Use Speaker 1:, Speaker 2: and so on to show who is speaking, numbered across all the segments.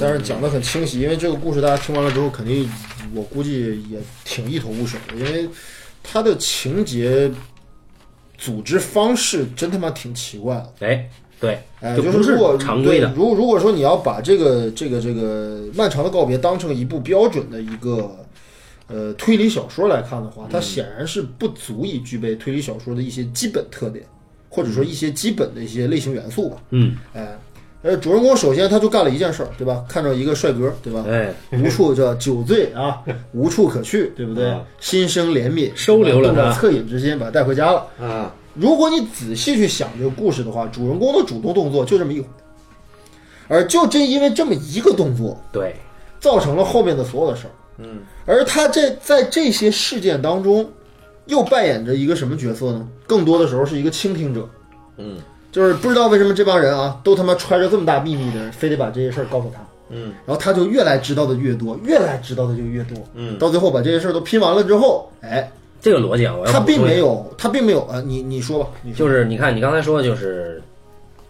Speaker 1: 但是讲的很清晰，因为这个故事大家听完了之后，肯定我估计也挺一头雾水，因为它的情节组织方式真他妈挺奇怪的。
Speaker 2: 哎，对，
Speaker 1: 哎，
Speaker 2: 就
Speaker 1: 就
Speaker 2: 不
Speaker 1: 如果
Speaker 2: 常规的
Speaker 1: 对，如如果说你要把这个这个这个漫长的告别当成一部标准的一个呃推理小说来看的话，它显然是不足以具备推理小说的一些基本特点，或者说一些基本的一些类型元素吧。
Speaker 2: 嗯，
Speaker 1: 哎，呃，主人公首先他就干了一件事儿，对吧？看着一个帅哥，对吧？
Speaker 2: 哎，
Speaker 1: 无处叫酒醉啊，无处可去，对不对
Speaker 3: 啊？
Speaker 1: 心生怜悯，
Speaker 2: 收留了
Speaker 1: 动了
Speaker 2: 他
Speaker 1: 恻隐之心，把他带回家了。
Speaker 3: 啊，
Speaker 1: 如果你仔细去想这个故事的话，主人公的主动动作就这么一回，而就正因为这么一个动作，
Speaker 2: 对，
Speaker 1: 造成了后面的所有的事儿。嗯，而他这在这些事件当中，又扮演着一个什么角色呢？更多的时候是一个倾听者。
Speaker 3: 嗯
Speaker 1: 就是不知道为什么这帮人啊，都他妈揣着这么大秘密的人，非得把这些事儿告诉他。
Speaker 3: 嗯，
Speaker 1: 然后他就越来知道的越多，越来知道的就越多。
Speaker 3: 嗯，
Speaker 1: 到最后把这些事儿都拼完了之后，哎，
Speaker 2: 这个逻辑啊，我要
Speaker 1: 他
Speaker 2: 补充一
Speaker 1: 并
Speaker 2: 下
Speaker 1: 没有，他并没有啊，你你说吧，你说
Speaker 2: 就是你看，你刚才说的就是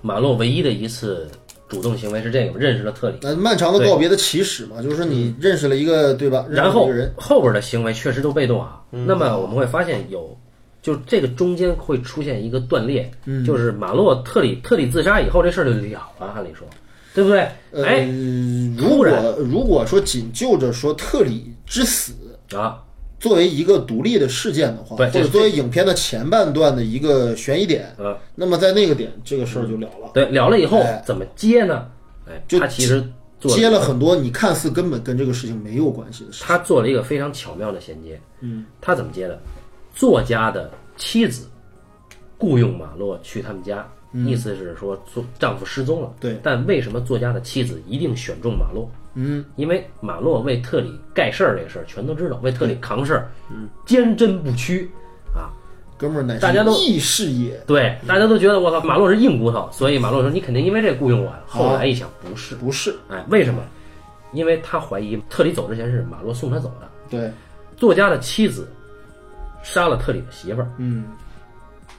Speaker 2: 马洛唯一的一次主动行为是这个嘛，认识了特里，
Speaker 1: 呃，漫长的告别的起始嘛，就是你认识了一个对吧？认识
Speaker 2: 然
Speaker 1: 了一
Speaker 2: 后
Speaker 1: 个人，嗯
Speaker 2: 后边的行为确实都被动啊。那么我们会发现有，就是这个中间会出现一个断裂，
Speaker 1: 嗯
Speaker 2: 就是马洛特里特里自杀以后这事儿就了了，按理说，对不对？哎
Speaker 1: 呃，如
Speaker 2: 突
Speaker 1: 果
Speaker 2: 然
Speaker 1: 如果说仅就着说特里之死
Speaker 2: 啊，
Speaker 1: 作为一个独立的事件的话，
Speaker 2: 对
Speaker 1: 或
Speaker 2: 这
Speaker 1: 者
Speaker 2: 是
Speaker 1: 作为影片的前半段的一个悬疑点，
Speaker 2: 嗯
Speaker 1: 那么在那个点这个事儿就了了。
Speaker 2: 对，了了以后
Speaker 1: 哎
Speaker 2: 怎么接呢？哎，
Speaker 1: 就
Speaker 2: 他其实做
Speaker 1: 接了很多你看似根本跟这个事情没有关系的事。
Speaker 2: 他做了一个非常巧妙的衔接。嗯，他怎么接的？作家的妻子雇佣马洛去他们家，意思是说作丈夫失踪了。
Speaker 1: 对
Speaker 2: 但为什么作家的妻子一定选中马洛？嗯，因为马洛为特里盖事儿这事儿全都知道，为特里扛事儿，嗯，坚贞不屈啊。
Speaker 1: 哥们儿乃是
Speaker 2: 大家都
Speaker 1: 异事也，
Speaker 2: 对，大家都觉得我操，马洛是硬骨头，所以马洛说你肯定因为这雇佣我呀。啊后来一想，不是，
Speaker 1: 不是？
Speaker 2: 哎，为什么？因为他怀疑特里走之前是马洛送他走的。
Speaker 1: 对，
Speaker 2: 作家的妻子杀了特里的媳妇儿，
Speaker 1: 嗯，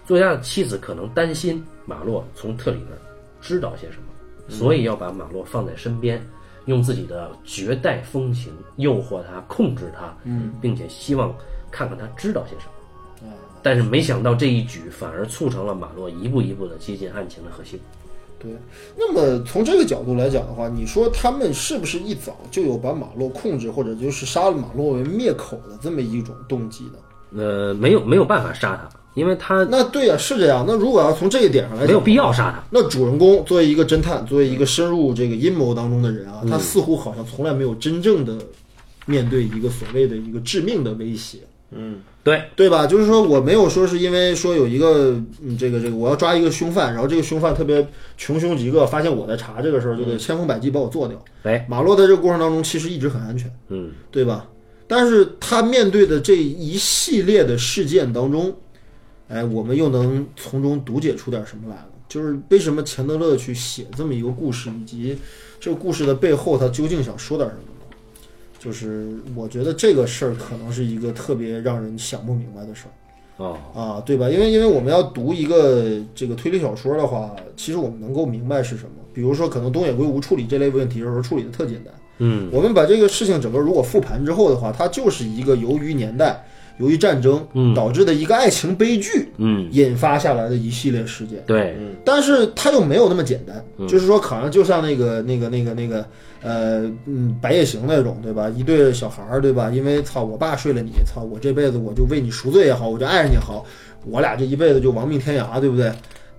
Speaker 2: 作家的妻子可能担心马洛从特里那儿知道些什么，所以要把马洛放在身边，用自己的绝代风情诱惑他、控制他，嗯，哎并且希望看看他知道些什么。但是没想到这一举反而促成了马洛一步一步的接近案情的核心。
Speaker 1: 对。那么从这个角度来讲的话，你说他们是不是一早就有把马洛控制，或者就是杀了马洛为灭口的这么一种动机呢？
Speaker 2: 呃，没有没有办法杀他，因为他
Speaker 1: 那对呀、啊是这样。那如果要从这一点上来
Speaker 2: 没有
Speaker 1: 讲，
Speaker 2: 必要杀他。
Speaker 1: 那主人公作为一个侦探，作为一个深入这个阴谋当中的人啊，他似乎好像从来没有真正的面对一个所谓的一个致命的威胁。
Speaker 3: 嗯
Speaker 2: 对，
Speaker 1: 对吧？就是说我没有说是因为说有一个嗯，这个这个我要抓一个凶犯，然后这个凶犯特别穷凶极恶，发现我在查这个时候就得千方百计把我做掉。
Speaker 2: 哎，
Speaker 1: 马洛在这个过程当中其实一直很安全，
Speaker 2: 嗯，
Speaker 1: 对吧？但是他面对的这一系列的事件当中，哎，我们又能从中读解出点什么来了？就是为什么钱德勒去写这么一个故事，以及这个故事的背后他究竟想说点什么呢？就是我觉得这个事儿可能是一个特别让人想不明白的事儿。
Speaker 2: 哦，
Speaker 1: 啊，对吧？因为因为我们要读一个这个推理小说的话，其实我们能够明白是什么。比如说，可能东野圭吾处理这类问题的时候处理的特简单。
Speaker 2: 嗯，
Speaker 1: 我们把这个事情整个如果复盘之后的话，它就是一个由于年代、由于战争
Speaker 2: 嗯
Speaker 1: 导致的一个爱情悲剧
Speaker 2: 嗯，
Speaker 1: 引发下来的一系列事件。
Speaker 2: 对，
Speaker 1: 但是它又没有那么简单，就是说，好像就像那个、那个、那个、那个，呃，嗯，《白夜行》那种，对吧？一对小孩儿，对吧？因为操，我爸睡了你，操，我这辈子我就为你赎罪也好，我就爱着你也好，我俩这一辈子就亡命天涯，对不对？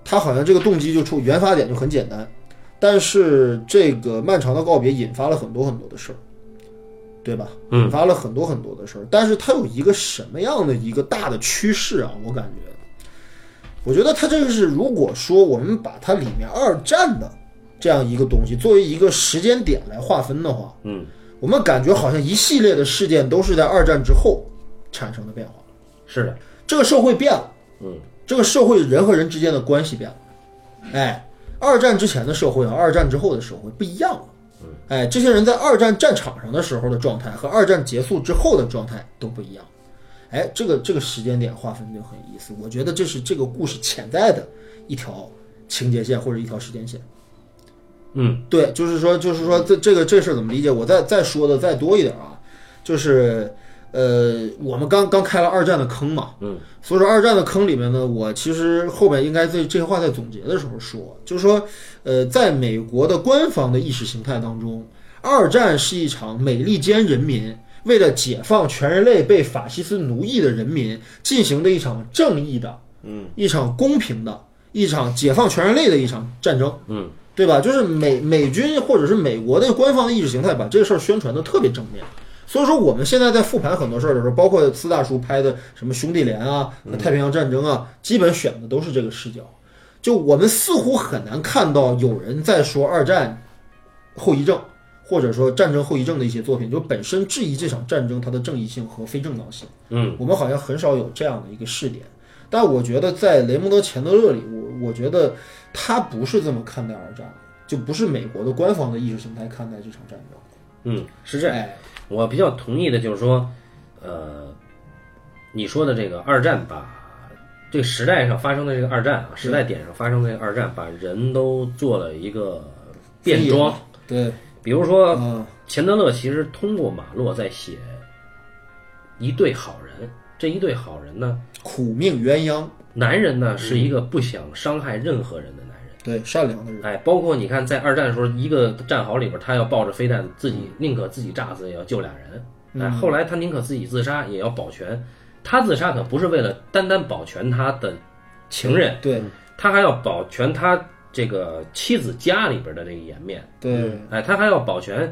Speaker 1: 他好像这个动机就出原发点就很简单，但是这个漫长的告别引发了很多很多的事儿，对吧？
Speaker 2: 嗯
Speaker 1: 引发了很多很多的事儿，但是它有一个什么样的一个大的趋势啊？我感觉。我觉得它这个是，如果说我们把它里面二战的这样一个东西作为一个时间点来划分的话，
Speaker 2: 嗯，
Speaker 1: 我们感觉好像一系列的事件都是在二战之后产生的变化。
Speaker 2: 是的，
Speaker 1: 这个社会变了，
Speaker 2: 嗯，
Speaker 1: 这个社会人和人之间的关系变了，哎，二战之前的社会和二战之后的社会不一样了，哎，这些人在二战战场上的时候的状态和二战结束之后的状态都不一样，哎，这个这个时间点划分就很有意思，我觉得这是这个故事潜在的一条情节线或者一条时间线，
Speaker 2: 嗯
Speaker 1: 对，就是说，就是说，这这个这事儿怎么理解？我再再说的再多一点啊，就是呃，我们刚刚开了二战的坑嘛，
Speaker 2: 嗯
Speaker 1: 所以说二战的坑里面呢，我其实后面应该这这些话在总结的时候说，就是说，呃，在美国的官方的意识形态当中，二战是一场美利坚人民为了解放全人类被法西斯奴役的人民进行的一场正义的、
Speaker 2: 嗯
Speaker 1: 一场公平的、一场解放全人类的一场战争。
Speaker 2: 嗯
Speaker 1: 对吧？就是美美军或者是美国的官方的意识形态把这事儿宣传的特别正面。所以说，我们现在在复盘很多事儿的时候，包括司大叔拍的什么《兄弟连》啊、和《太平洋战争》啊，基本选的都是这个视角。就我们似乎很难看到有人在说二战后遗症，或者说战争后遗症的一些作品，就本身质疑这场战争它的正义性和非正当性。
Speaker 2: 嗯
Speaker 1: 我们好像很少有这样的一个试点。但我觉得在雷蒙德·钱德勒里，我我觉得他不是这么看待二战的，就不是美国的官方的意识形态看待这场战争。
Speaker 2: 嗯，是这样。
Speaker 1: 哎，
Speaker 2: 我比较同意的就是说，呃，你说的这个二战吧，这个时代上发生的这个二战啊，时代点上发生的这个二战，把人都做了一个变装。
Speaker 1: 对，
Speaker 2: 比如说，
Speaker 1: 嗯，
Speaker 2: 钱德勒其实通过马洛在写一对好人，这一对好人呢，
Speaker 1: 苦命鸳鸯，
Speaker 2: 男人呢是一个不想伤害任何人的男人。
Speaker 1: 对，善良的人，
Speaker 2: 哎，包括你看，在二战的时候，一个战壕里边，他要抱着飞弹，自己宁可自己炸死，也要救俩人。哎，后来他宁可自己自杀，也要保全。他自杀可不是为了单单保全他的情人，
Speaker 1: 对
Speaker 2: 他还要保全他这个妻子家里边的这个颜面。
Speaker 1: 对。
Speaker 2: 哎，他还要保全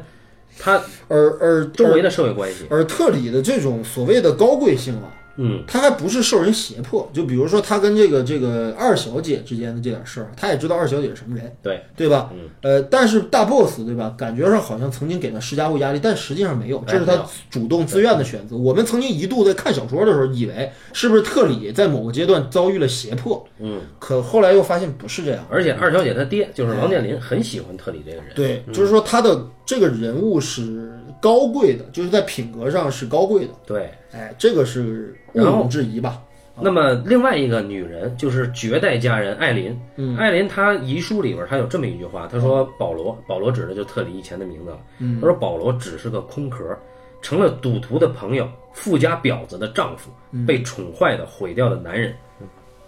Speaker 2: 他
Speaker 1: 而而
Speaker 2: 周围
Speaker 1: 而
Speaker 2: 的社会关系。
Speaker 1: 而特里的这种所谓的高贵性啊，
Speaker 2: 嗯
Speaker 1: 他还不是受人胁迫。就比如说他跟这个这个二小姐之间的这点事儿，他也知道二小姐是什么人，
Speaker 2: 对，
Speaker 1: 对吧？
Speaker 2: 嗯
Speaker 1: 呃，但是大 boss 对吧？感觉上好像曾经给他施加过压力，但实际上没有，
Speaker 2: 哎
Speaker 1: 这是
Speaker 2: 没
Speaker 1: 他
Speaker 2: 有
Speaker 1: 主动自愿的选择。我们曾经一度在看小说的时候，以为是不是特里在某个阶段遭遇了胁迫，
Speaker 2: 嗯。
Speaker 1: 可后来又发现不是这样。
Speaker 2: 而且二小姐她爹就是王健林，很喜欢特里这个人。
Speaker 1: 对，就是说他的这个人物是高贵的，就是在品格上是高贵的。
Speaker 2: 对，
Speaker 1: 哎，这个是毋
Speaker 2: 然后
Speaker 1: 庸置疑吧？
Speaker 2: 那么另外一个女人就是绝代佳人艾琳，艾琳她遗书里边她有这么一句话，她说保罗，保罗指的就特里以前的名字了，她说保罗只是个空壳，成了赌徒的朋友，富家婊子的丈夫，被宠坏的毁掉的男人，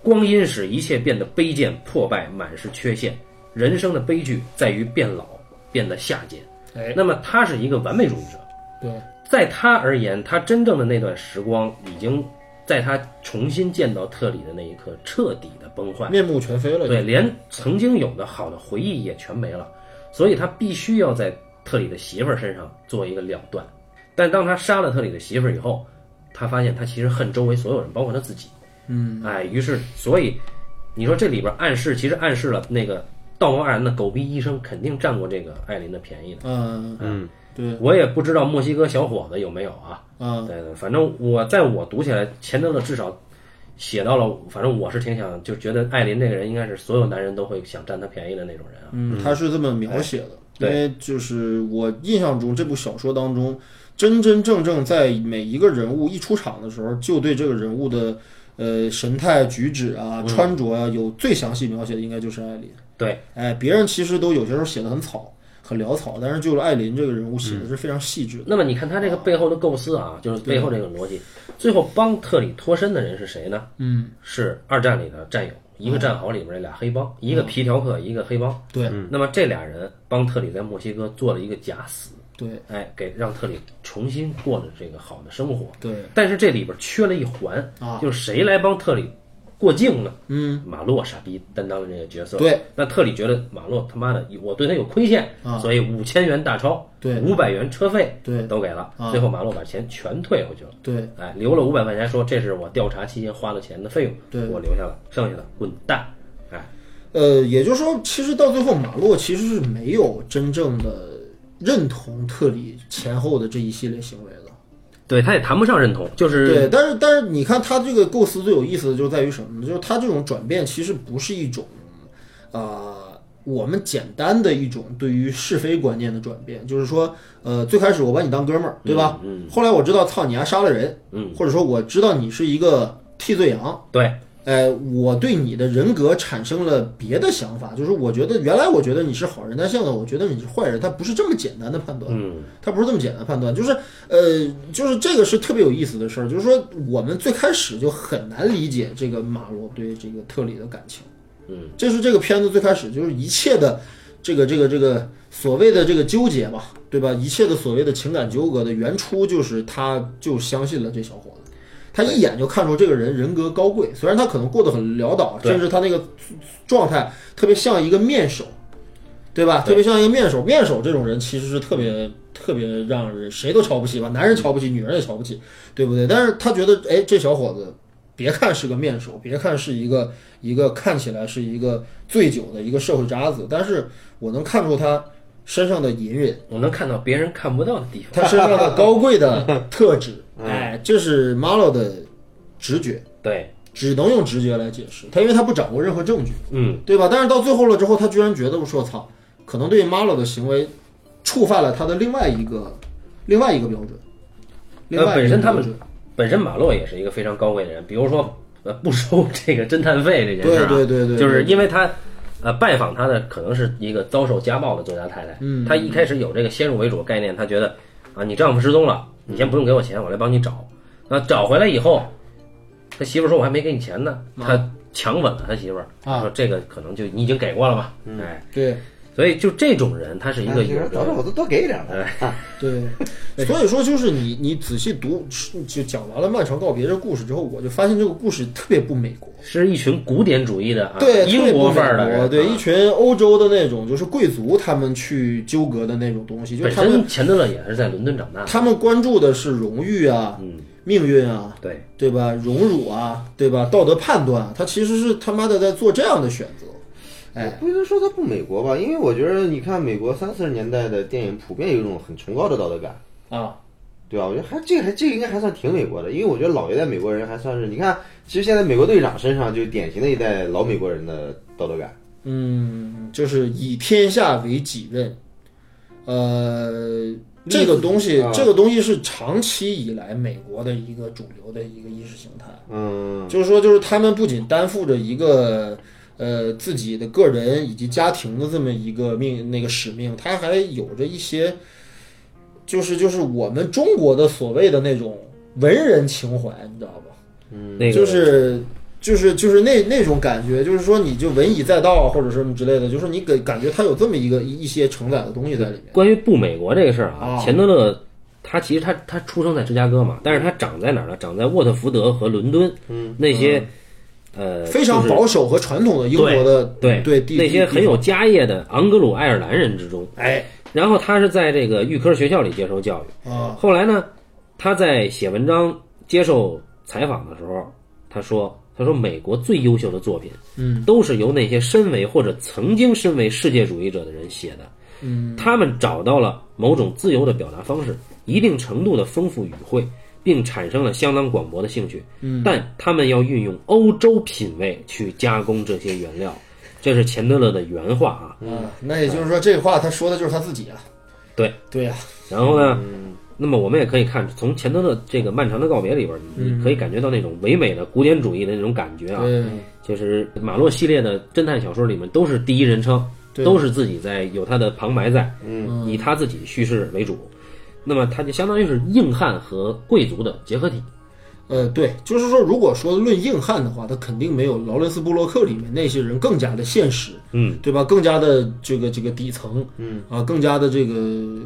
Speaker 2: 光阴使一切变得卑贱破败，满是缺陷，人生的悲剧在于变老，变得下贱。
Speaker 1: 哎，
Speaker 2: 那么她是一个完美主义者，
Speaker 1: 对，
Speaker 2: 在他而言，他真正的那段时光已经在他重新见到特里的那一刻彻底的崩坏，
Speaker 1: 面目全非了。
Speaker 2: 对，连曾经有的好的回忆也全没了，所以他必须要在特里的媳妇儿身上做一个了断。但当他杀了特里的媳妇儿以后，他发现他其实恨周围所有人，包括他自己。嗯，哎，于是所以你说这里边暗示，其实暗示了那个道貌岸然的狗逼医生肯定占过这个艾琳的便宜的。
Speaker 1: 嗯嗯，对，
Speaker 2: 我也不知道墨西哥小伙子有没有啊，
Speaker 1: 嗯，
Speaker 2: 对对，反正我在我读起来，钱德勒至少写到了，反正我是挺想，就觉得艾琳这个人应该是所有男人都会想占她便宜的那种人啊。
Speaker 1: 嗯，他是这么描写的。因
Speaker 2: 对
Speaker 1: 为就是我印象中这部小说当中，真真正正在每一个人物一出场的时候，就对这个人物的呃神态、举止啊、穿着啊有最详细描写的，应该就是艾琳。
Speaker 2: 对，
Speaker 1: 哎，别人其实都有些时候写的很草、很潦草，但是就是艾琳这个人物写的是非常细致的。
Speaker 2: 那么你看他这个背后的构思啊，就是背后这个逻辑，最后帮特里脱身的人是谁呢？嗯，是二战里的战友，一个战壕里边这俩黑帮，一个皮条客，一个黑帮。
Speaker 1: 对
Speaker 2: 那么这俩人帮特里在墨西哥做了一个假死，
Speaker 1: 对
Speaker 2: 哎，给让特里重新过了这个好的生活。
Speaker 1: 对，
Speaker 2: 但是这里边缺了一环，
Speaker 1: 啊
Speaker 2: 就是谁来帮特里过境呢？
Speaker 1: 嗯，
Speaker 2: 马洛傻逼担当了这个角色。
Speaker 1: 对，
Speaker 2: 那特里觉得马洛他妈的我对他有亏欠，
Speaker 1: 啊
Speaker 2: 所以五千元大钞，
Speaker 1: 对
Speaker 2: 五百元车费，
Speaker 1: 对
Speaker 2: 都给了。
Speaker 1: 啊
Speaker 2: 最后马洛把钱全退回去了，
Speaker 1: 对
Speaker 2: 哎，留了五百块钱，说这是我调查期间花的钱的费用，
Speaker 1: 对
Speaker 2: 我留下了，剩下的滚蛋。哎，
Speaker 1: 呃，也就是说，其实到最后，马洛其实是没有真正的认同特里前后的这一系列行为的。
Speaker 2: 对，他也谈不上认同，就是
Speaker 1: 对，但是但是你看他这个构思最有意思的就在于什么呢？就是他这种转变其实不是一种，呃，我们简单的一种对于是非观念的转变，就是说，呃，最开始我把你当哥们儿，对吧？嗯。后来我知道，操你丫杀了人，
Speaker 2: 嗯，
Speaker 1: 或者说我知道你是一个替罪羊，
Speaker 2: 对，
Speaker 1: 哎，我对你的人格产生了别的想法，就是我觉得原来我觉得你是好人，但现在我觉得你是坏人，他不是这么简单的判断，
Speaker 2: 嗯，
Speaker 1: 他不是这么简单的判断，就是呃，就是这个是特别有意思的事儿，就是说我们最开始就很难理解这个马洛对这个特里的感情，
Speaker 2: 嗯，
Speaker 1: 这是这个片子最开始就是一切的这个这个这个所谓的这个纠结吧，对吧？一切的所谓的情感纠葛的原初就是他就相信了这小伙子。他一眼就看出这个人人格高贵，虽然他可能过得很潦倒，
Speaker 2: 对
Speaker 1: 甚至他那个状态特别像一个面首，对吧？
Speaker 2: 对
Speaker 1: 特别像一个面首，面首这种人其实是特别特别让人谁都瞧不起吧，男人瞧不起，女人也瞧不起，对不对？但是他觉得，哎，这小伙子，别看是个面首，别看是一个一个看起来是一个醉酒的一个社会渣子，但是我能看出他身上的隐忍，
Speaker 2: 我能看到别人看不到的地方。
Speaker 1: 他身上的高贵的特 质，
Speaker 2: 嗯
Speaker 1: 哎，这是 Malo 的直觉，
Speaker 2: 对，
Speaker 1: 只能用直觉来解释。他因为他不掌握任何证据，
Speaker 2: 嗯，
Speaker 1: 对吧？但是到最后了之后，他居然觉得我说操，可能对 Malo 的行为触犯了他的另外一个另外一个标准。另外
Speaker 2: 呃，
Speaker 1: 一个
Speaker 2: 本身他
Speaker 1: 标
Speaker 2: 们
Speaker 1: 准
Speaker 2: 本身马洛也是一个非常高贵的人，比如说呃不收这个侦探费这件
Speaker 1: 对
Speaker 2: 事儿啊，
Speaker 1: 对对对
Speaker 2: 就是
Speaker 1: 对
Speaker 2: 因为他呃拜访他的可能是一个遭受家暴的作家太太，
Speaker 1: 嗯
Speaker 2: 他一开始有这个先入为主的概念，他觉得啊你丈夫失踪了，你先不用给我钱，我来帮你找，那找回来以后，他媳妇说我还没给你钱呢，他强吻了他媳妇儿，
Speaker 1: 啊
Speaker 2: 说这个可能就你已经给过了吧，哎，
Speaker 1: 对
Speaker 2: 所以就这种人他是一
Speaker 3: 那
Speaker 1: 哎
Speaker 2: 个
Speaker 3: 就
Speaker 2: 有
Speaker 3: 是
Speaker 2: 着
Speaker 3: 等着我都多给一点吧。
Speaker 1: 对，所以说就是你你仔细读就讲完了《漫长告别》这故事之后，我就发现这个故事特别不美国。
Speaker 2: 是一群古典主义的啊
Speaker 1: 对，
Speaker 2: 英国范儿
Speaker 1: 特别不
Speaker 2: 的
Speaker 1: 美
Speaker 2: 人
Speaker 1: 国
Speaker 2: 啊，
Speaker 1: 对一群欧洲的那种，就是贵族他们去纠葛的那种东西，就
Speaker 2: 本
Speaker 1: 是他们
Speaker 2: 身钱德勒也是在伦敦长大的，
Speaker 1: 他们关注的是荣誉啊、
Speaker 2: 嗯，
Speaker 1: 命运啊，
Speaker 2: 对，
Speaker 1: 对吧？荣辱啊，对吧？道德判断啊，他其实是他妈的在做这样的选择，哎，
Speaker 3: 不能说它不美国吧，因为我觉得你看美国三四十年代的电影，普遍有一种很崇高的道德感，
Speaker 1: 啊，
Speaker 3: 对吧？我觉得还这个还这个应该还算挺美国的，因为我觉得老一代美国人还算是，你看，其实现在美国队长身上就典型的一代老美国人的道德感。
Speaker 1: 嗯，就是以天下为己任，呃。这个东西，
Speaker 3: 啊
Speaker 1: 这个东西是长期以来美国的一个主流的一个意识形态。
Speaker 3: 嗯，
Speaker 1: 就是说，就是他们不仅担负着一个呃自己的个人以及家庭的这么一个命那个使命，他还有着一些，就是就是我们中国的所谓的那种文人情怀，你知道吧？
Speaker 2: 那个
Speaker 1: 就是就是就是那那种感觉，就是说你就文以载道或者什么之类的，就是你给感觉他有这么一个一一些承载的东西在里面。
Speaker 2: 关于不美国这个事儿啊，
Speaker 1: 啊
Speaker 2: 钱德勒他其实他他出生在芝加哥嘛，但是他长在哪儿呢？长在沃特福德和伦敦，嗯，那些呃
Speaker 1: 非常
Speaker 2: 就是
Speaker 1: 保守和传统的英国的
Speaker 2: 对
Speaker 1: 对地
Speaker 2: 那些很，
Speaker 1: 地
Speaker 2: 有家业的昂格鲁爱尔兰人之中，
Speaker 1: 哎
Speaker 2: 然后他是在这个预科学校里接受教育，
Speaker 1: 啊
Speaker 2: 后来呢，他在写文章、接受采访的时候，他说：“他说美国最优秀的作品，嗯，都是由那些身为或者曾经身为世界主义者的人写的，嗯，他们找到了某种自由的表达方式，一定程度的丰富语汇，并产生了相当广博的兴趣，嗯，但他们要运用欧洲品味去加工这些原料。”这是钱德勒的原话啊，
Speaker 1: 啊，那也就是说这话他说的就是他自己啊。
Speaker 2: 对
Speaker 1: 对呀、
Speaker 2: 然后呢，那么我们也可以看从钱德勒这个《漫长的告别》里边，你可以感觉到那种唯美的古典主义的那种感觉啊。
Speaker 1: 嗯对。
Speaker 2: 就是马洛系列的侦探小说里面都是第一人称，
Speaker 1: 对
Speaker 2: 都是自己在有他的旁白在，
Speaker 3: 嗯
Speaker 2: 以他自己叙事为主。那么他就相当于是硬汉和贵族的结合体，
Speaker 1: 呃，对，就是说，如果说论硬汉的话，他肯定没有劳伦斯·布洛克里面那些人更加的现实，
Speaker 2: 嗯，
Speaker 1: 对吧？更加的这个这个底层，嗯啊，更加的这个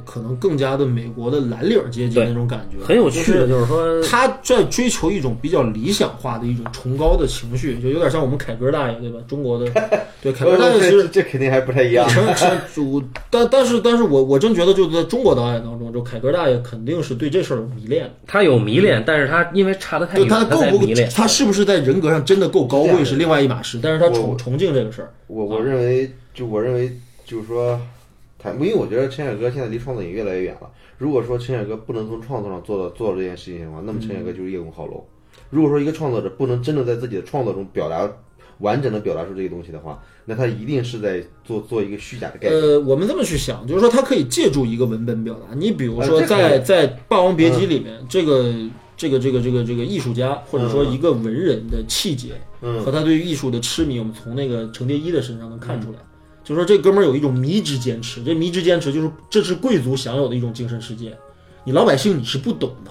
Speaker 1: 可能更加的美国的蓝领阶级
Speaker 2: 对
Speaker 1: 那种感觉，
Speaker 2: 很有趣的
Speaker 1: 就
Speaker 2: 就是说
Speaker 1: 是，他在追求一种比较理想化的一种崇高的情绪，就有点像我们凯歌大爷，对吧？中国 的，对凯歌大爷其实
Speaker 3: 这 这肯定还不太一样。
Speaker 1: 成成，我但但是但是我我真觉得就在中国导演当中，就凯歌大爷肯定是对这事儿有迷恋的。
Speaker 2: 他有迷恋，但是他因为差得太
Speaker 1: 就
Speaker 2: 远，
Speaker 1: 他
Speaker 2: 他
Speaker 1: 够
Speaker 2: 在
Speaker 1: 不够
Speaker 2: 迷恋，，
Speaker 1: 他是不是在人格上真的够高
Speaker 3: 是这样
Speaker 1: 贵
Speaker 3: 的
Speaker 1: 是另外一码事，但是他崇
Speaker 3: 我
Speaker 1: 崇敬这个事儿，
Speaker 3: 我我认为，就我认为，就是说，他因为我觉得陈凯歌现在离创作也越来越远了。如果说陈凯歌不能从创作上做到做到这件事情的话，那么陈凯歌
Speaker 1: 嗯
Speaker 3: 就是叶公好龙。如果说一个创作者不能真正在自己的创作中表达完整的表达出这个东西的话，那他一定是在做做一个虚假的概念。
Speaker 1: 呃，我们这么去想，就是说他可以借助一个文本表达。你比如
Speaker 3: 呃
Speaker 1: 说
Speaker 3: 这个嗯
Speaker 1: 在在《霸王别姬》里面，这个这个这个这个这个艺术家或者
Speaker 3: 嗯
Speaker 1: 说一个文人的气节和他对于艺术的痴迷，我们从那个程蝶衣的身上能看出来。
Speaker 3: 嗯
Speaker 1: 就说这哥们儿有一种迷之坚持，这迷之坚持就是这是贵族享有的一种精神世界，你老百姓你是不懂的。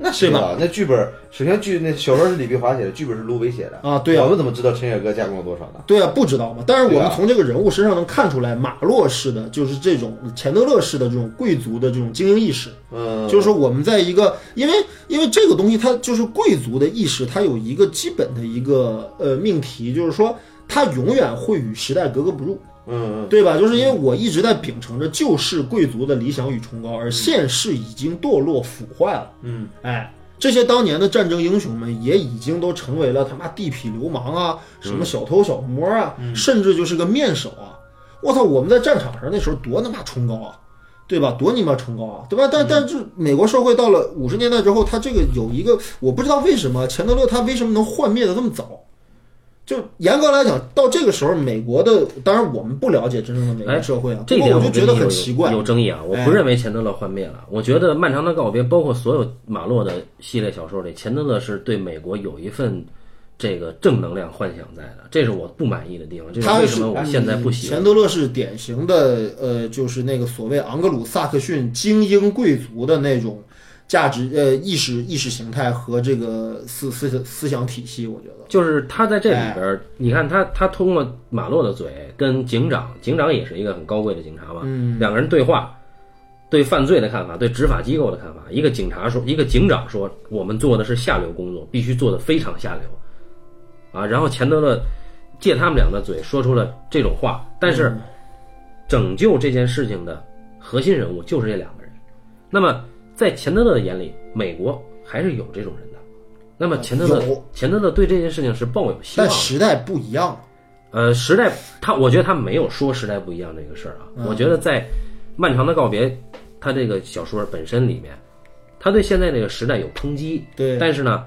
Speaker 3: 那是啊
Speaker 1: 对吧
Speaker 3: 吧？那剧本首先剧那小说是李碧华写的，剧本是卢伟写的
Speaker 1: 啊对啊
Speaker 3: 我们怎么知道陈凯歌加工了多少呢？
Speaker 1: 对啊，不知道嘛。但是我
Speaker 3: 对
Speaker 1: 们
Speaker 3: 啊
Speaker 1: 从这个人物身上能看出来，马洛式的就是这种钱德勒式的这种贵族的这种精英意识，
Speaker 3: 嗯，
Speaker 1: 就是说我们在一个，因为因为这个东西它就是贵族的意识，它有一个基本的一个呃命题，就是说它永远会与时代格格不入，
Speaker 3: 嗯嗯
Speaker 1: 对吧？就是因为我一直在秉承着旧式贵族的理想与崇高，而现世已经堕落腐坏了。
Speaker 3: 嗯，
Speaker 1: 哎，这些当年的战争英雄们也已经都成为了他妈地痞流氓啊，什么小偷小摸啊，甚至就是个面首啊。我操，我们在战场上那时候多他妈崇高啊，对吧？多你妈崇高啊，对吧？但
Speaker 2: 嗯
Speaker 1: 但是美国社会到了五十年代之后，它这个有一个我不知道为什么钱德勒他为什么能幻灭的这么早。就严格来讲，到这个时候，美国的当然我们不了解真正的美国
Speaker 2: 哎
Speaker 1: 社会啊，
Speaker 2: 这一
Speaker 1: 不过
Speaker 2: 点
Speaker 1: 我就
Speaker 2: 跟
Speaker 1: 觉得
Speaker 2: 你
Speaker 1: 很
Speaker 2: 有
Speaker 1: 奇怪。
Speaker 2: 有争议啊！我不
Speaker 1: 哎
Speaker 2: 认为钱德勒幻灭了，我觉得《漫长的告别》包括所有马洛的系列小说里，钱德勒是对美国有一份这个正能量幻想在的，这是我不满意的地方，这
Speaker 1: 他是哎
Speaker 2: 为
Speaker 1: 嗯
Speaker 2: 什么我现在不喜欢
Speaker 1: 钱。德勒是典型的，呃，就是那个所谓昂格鲁萨克逊精英贵族的那种价值、呃意识、意识形态和这个思思想思想体系，我觉得。
Speaker 2: 就是他在这里边儿，你看他他通过马洛的嘴跟警长，警长也是一个很高贵的警察嘛，两个人对话，对犯罪的看法，对执法机构的看法。一个警察说，一个警长说，我们做的是下流工作，必须做的非常下流，啊，然后钱德勒借他们俩的嘴说出了这种话，但是
Speaker 1: 嗯
Speaker 2: 拯救这件事情的核心人物就是这两个人。那么在钱德勒的眼里，美国还是有这种人的。那么钱德勒
Speaker 1: 有，
Speaker 2: 钱德勒对这件事情是抱有希
Speaker 1: 但
Speaker 2: 望的。
Speaker 1: 时代不一样，
Speaker 2: 呃，时代他，我觉得他没有说时代不一样这个事儿啊。
Speaker 1: 嗯
Speaker 2: 我觉得在《漫长的告别》他这个小说本身里面，他对现在这个时代有抨击，
Speaker 1: 对
Speaker 2: 但是呢，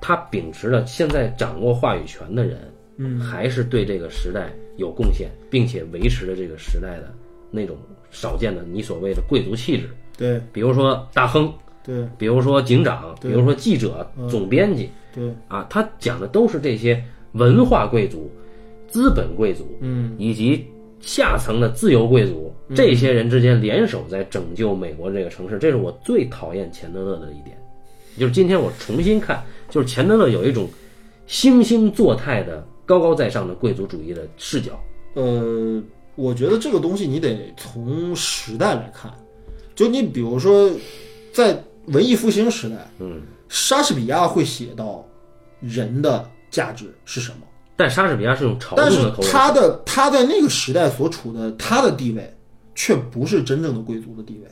Speaker 2: 他秉持了现在掌握话语权的人，嗯，还是对这个时代有贡献，并且维持着这个时代的那种少见的你所谓的贵族气质，
Speaker 1: 对
Speaker 2: 比如说大亨，
Speaker 1: 对
Speaker 2: 比如说警长，比如说记者、总编辑，
Speaker 1: 对，
Speaker 2: 啊，他讲的都是这些文化贵族、资本贵族，嗯，以及下层的自由贵族，
Speaker 1: 嗯
Speaker 2: 这些人之间联手在拯救美国这个城市，这是我最讨厌钱德勒的一点。就是今天我重新看，就是钱德勒有一种惺惺作态的高高在上的贵族主义的视角，
Speaker 1: 呃，我觉得这个东西你得从时代来看，就你比如说，在文艺复兴时代，嗯，莎士比亚会写到人的价值是什么。
Speaker 2: 但莎士比亚是用嘲
Speaker 1: 但
Speaker 2: 弄
Speaker 1: 是
Speaker 2: 的口吻，
Speaker 1: 他的他在那个时代所处的他的地位，却不是真正的贵族的地位。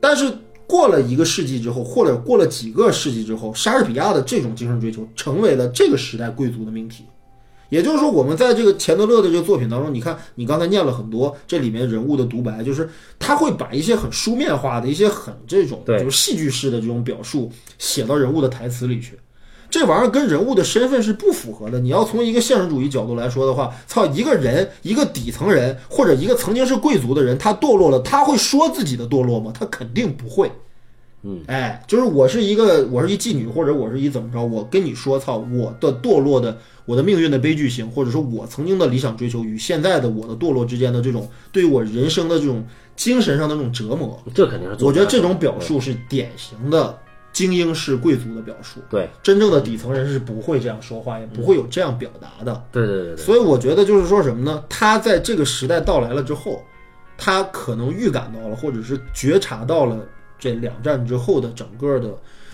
Speaker 1: 但是过了一个世纪之后，或者过了几个世纪之后，莎士比亚的这种精神追求成为了这个时代贵族的命题。也就是说，我们在这个钱德勒的这个作品当中，你看，你刚才念了很多这里面人物的独白，就是他会把一些很书面化的一些很这种
Speaker 2: 对
Speaker 1: 就是戏剧式的这种表述写到人物的台词里去。这玩意儿跟人物的身份是不符合的。你要从一个现实主义角度来说的话，操，一个人，一个底层人，或者一个曾经是贵族的人，他堕落了，他会说自己的堕落吗？他肯定不会。嗯，哎，就是我是一个，我是一妓女，或者我是一怎么着，我跟你说，操，我的堕落的，我的命运的悲剧性，或者说我曾经的理想追求与现在的我的堕落之间的这种对我人生的这种精神上的这种折磨，
Speaker 2: 这肯定是做
Speaker 1: 我觉得这
Speaker 2: 不
Speaker 1: 种嗯表述是典型的精英式贵族的表述。
Speaker 2: 对
Speaker 1: 真正的底层人是不会这样说话，也不会有这样表达的。
Speaker 2: 对对对对，
Speaker 1: 所以我觉得就是说什么呢？他在这个时代到来了之后，他可能预感到了，或者是觉察到了这两战之后的整个的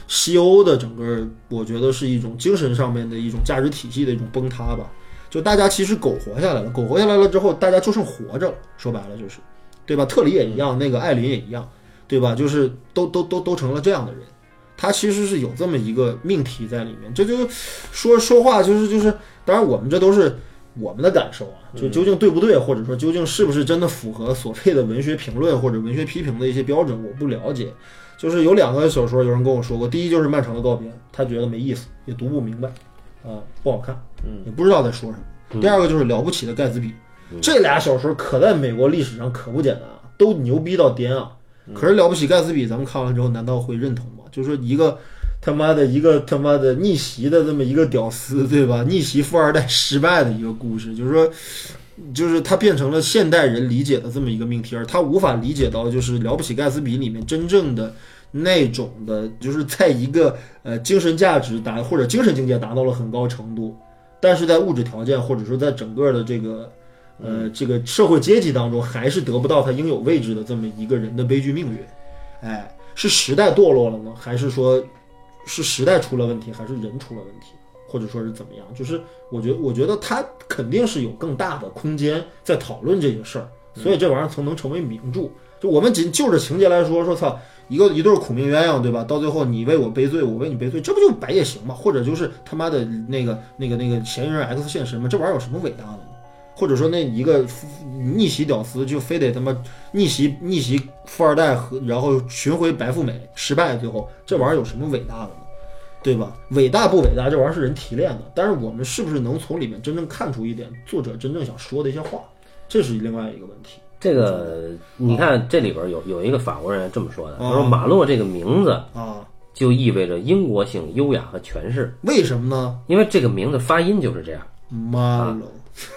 Speaker 1: 西欧的整个，我觉得是一种精神上面的一种价值体系的一种崩塌吧。就大家其实苟活下来了，苟活下来了之后，大家就剩活着了。说白了就是，对吧？特里也一样，那个艾琳也一样，对吧？就是都都都都成了这样的人。他其实是有这么一个命题在里面，这就说说话就是就是，当然我们这都是我们的感受啊，就究竟对不对，或者说究竟是不是真的符合所谓的文学评论或者文学批评的一些标准，我不了解。就是有两个小说，有人跟我说过，第一就是《漫长的告别》，他觉得没意思，也读不明白，啊、不好看，也不知道在说什么。第二个就是《了不起的盖茨比》，这俩小说可在美国历史上可不简单啊，都牛逼到颠啊。可是了不起盖茨比，咱们看完之后难道会认同吗？就说一个他妈的一个他妈的逆袭的这么一个屌丝，对吧？逆袭富二代失败的一个故事，就是说，就是他变成了现代人理解的这么一个命题，而他无法理解到就是了不起盖茨比里面真正的。那种的，就是在一个呃精神价值达或者精神境界达到了很高程度，但是在物质条件或者说在整个的这个呃这个社会阶级当中，还是得不到他应有位置的这么一个人的悲剧命运。哎，是时代堕落了呢，还是说是时代出了问题，还是人出了问题，或者说是怎么样？就是我觉我觉得他肯定是有更大的空间在讨论这些事儿，所以这玩意儿从能成为名著。就我们仅就着情节来说，说操，一个一对苦命鸳鸯，对吧？到最后你为我背罪，我为你背罪，这不就白夜行吗？或者就是他妈的那个那个那个嫌疑人 X 现身吗？这玩意儿有什么伟大的呢？或者说那一个富逆袭屌丝就非得他妈逆袭逆袭富二代和然后寻回白富美失败，最后这玩意儿有什么伟大的呢？对吧？伟大不伟大，这玩意儿是人提炼的。但是我们是不是能从里面真正看出一点作者真正想说的一些话？这是另外一个问题。
Speaker 2: 这个你看，这里边有有一个法国人这么说的，他说马洛这个名字
Speaker 1: 啊，
Speaker 2: 就意味着英国性、优雅和权势，
Speaker 1: 为什么呢？
Speaker 2: 因为这个名字发音就是这样。
Speaker 1: 马
Speaker 2: 啊
Speaker 1: 龙，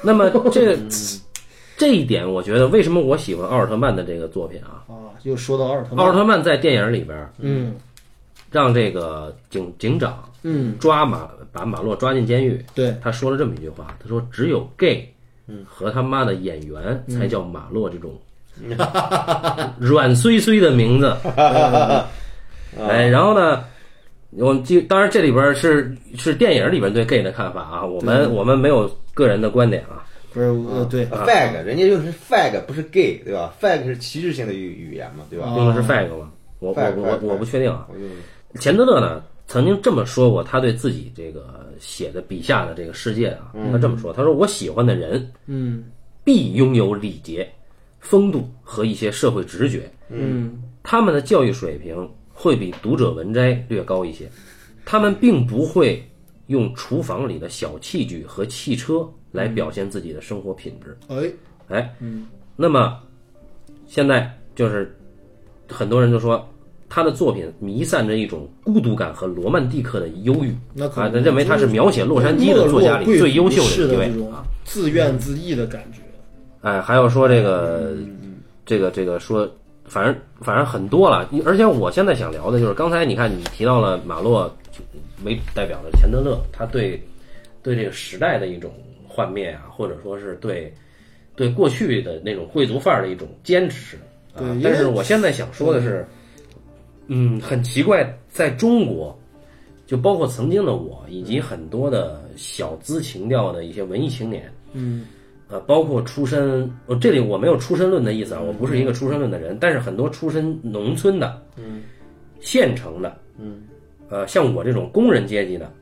Speaker 2: 那么 这个这一点，我觉得为什么我喜欢奥尔特曼的这个作品啊？
Speaker 1: 啊，又说到奥尔特
Speaker 2: 奥
Speaker 1: 曼，
Speaker 2: 尔特曼在电影里边
Speaker 1: 嗯
Speaker 2: 让这个警警长
Speaker 1: 嗯，
Speaker 2: 抓马把马洛抓进监狱，
Speaker 1: 对，
Speaker 2: 他说了这么一句话，他说只有 gay 和他妈的演员才叫马洛这种软碎碎的名字。哎，然后呢，我们记，当然这里边是是电影里边对 gay 的看法啊，我们我们没有个人的观点啊。
Speaker 1: 不是呃对，
Speaker 3: 啊 fag，人家用的是 fag，不是 gay，对吧？fag 是歧视性的语语言嘛，对吧？
Speaker 2: 用的
Speaker 1: 啊
Speaker 2: 是 fag 吗？我我
Speaker 3: fag，
Speaker 2: 我
Speaker 3: fag，
Speaker 2: 我不确定啊。
Speaker 3: 我用
Speaker 2: 钱德勒呢曾经这么说过，他对自己这个写的笔下的这个世界啊，
Speaker 3: 嗯
Speaker 2: 他这么说，他说我喜欢的人
Speaker 1: 嗯
Speaker 2: 必拥有礼节、风度和一些社会直觉。
Speaker 1: 嗯
Speaker 2: 他们的教育水平会比读者文摘略高一些，他们并不会用厨房里的小器具和汽车来
Speaker 1: 嗯
Speaker 2: 表现自己的生活品质。
Speaker 1: 哎
Speaker 2: 哎，那么现在就是很多人就说。他的作品弥散着一种孤独感和罗曼蒂克的忧郁，
Speaker 1: 那可
Speaker 2: 啊，
Speaker 1: 能
Speaker 2: 他认为他是描写洛杉矶的作家里最优秀
Speaker 1: 的
Speaker 2: 的一位
Speaker 1: 这种
Speaker 2: 啊。
Speaker 1: 自怨自艾的感觉，
Speaker 2: 哎，还有说这个，这个这个说，反正反正很多了。而且我现在想聊的就是，刚才你看你提到了马洛为代表的钱德勒，他对对这个时代的一种幻灭啊，或者说是对对过去的那种贵族范儿的一种坚持啊
Speaker 1: 对因为。
Speaker 2: 但是我现在想说的是，嗯，很奇怪，在中国。就包括曾经的我，
Speaker 1: 嗯
Speaker 2: 以及很多的小资情调的一些文艺青年，
Speaker 1: 嗯
Speaker 2: 呃，包括出身，我这里我没有出身论的意思啊，我不是一个出身论的人，但是很多出身农村的，嗯，县城的，
Speaker 3: 嗯，
Speaker 2: 呃，像我这种工人阶级的，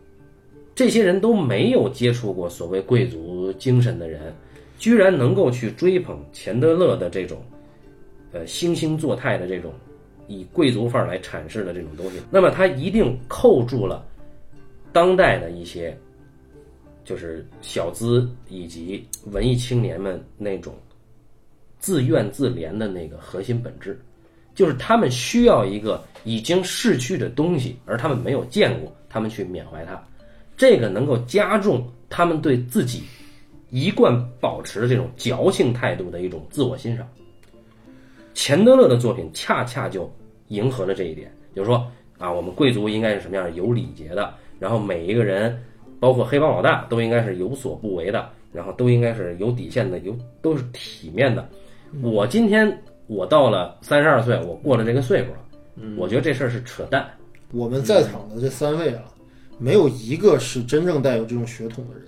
Speaker 2: 这些人都没有接触过所谓贵族精神的人，居然能够去追捧钱德勒的这种，呃，惺惺作态的这种以贵族范儿来阐释的这种东西，那么他一定扣住了当代的一些就是小资以及文艺青年们那种自怨自怜的那个核心本质，就是他们需要一个已经逝去的东西，而他们没有见过，他们去缅怀它，这个能够加重他们对自己一贯保持的这种矫情态度的一种自我欣赏。钱德勒的作品恰恰就迎合了这一点，就是说啊，我们贵族应该是什么样的，有礼节的，然后每一个人，包括黑帮老大，都应该是有所不为的，然后都应该是有底线的，有都是体面的。
Speaker 1: 嗯
Speaker 2: 我今天我到了三十二岁，我过了这个岁数了，
Speaker 1: 嗯
Speaker 2: 我觉得这事儿是扯淡。
Speaker 1: 我们在场的这三位啊，没有一个是真正带有这种血统的人，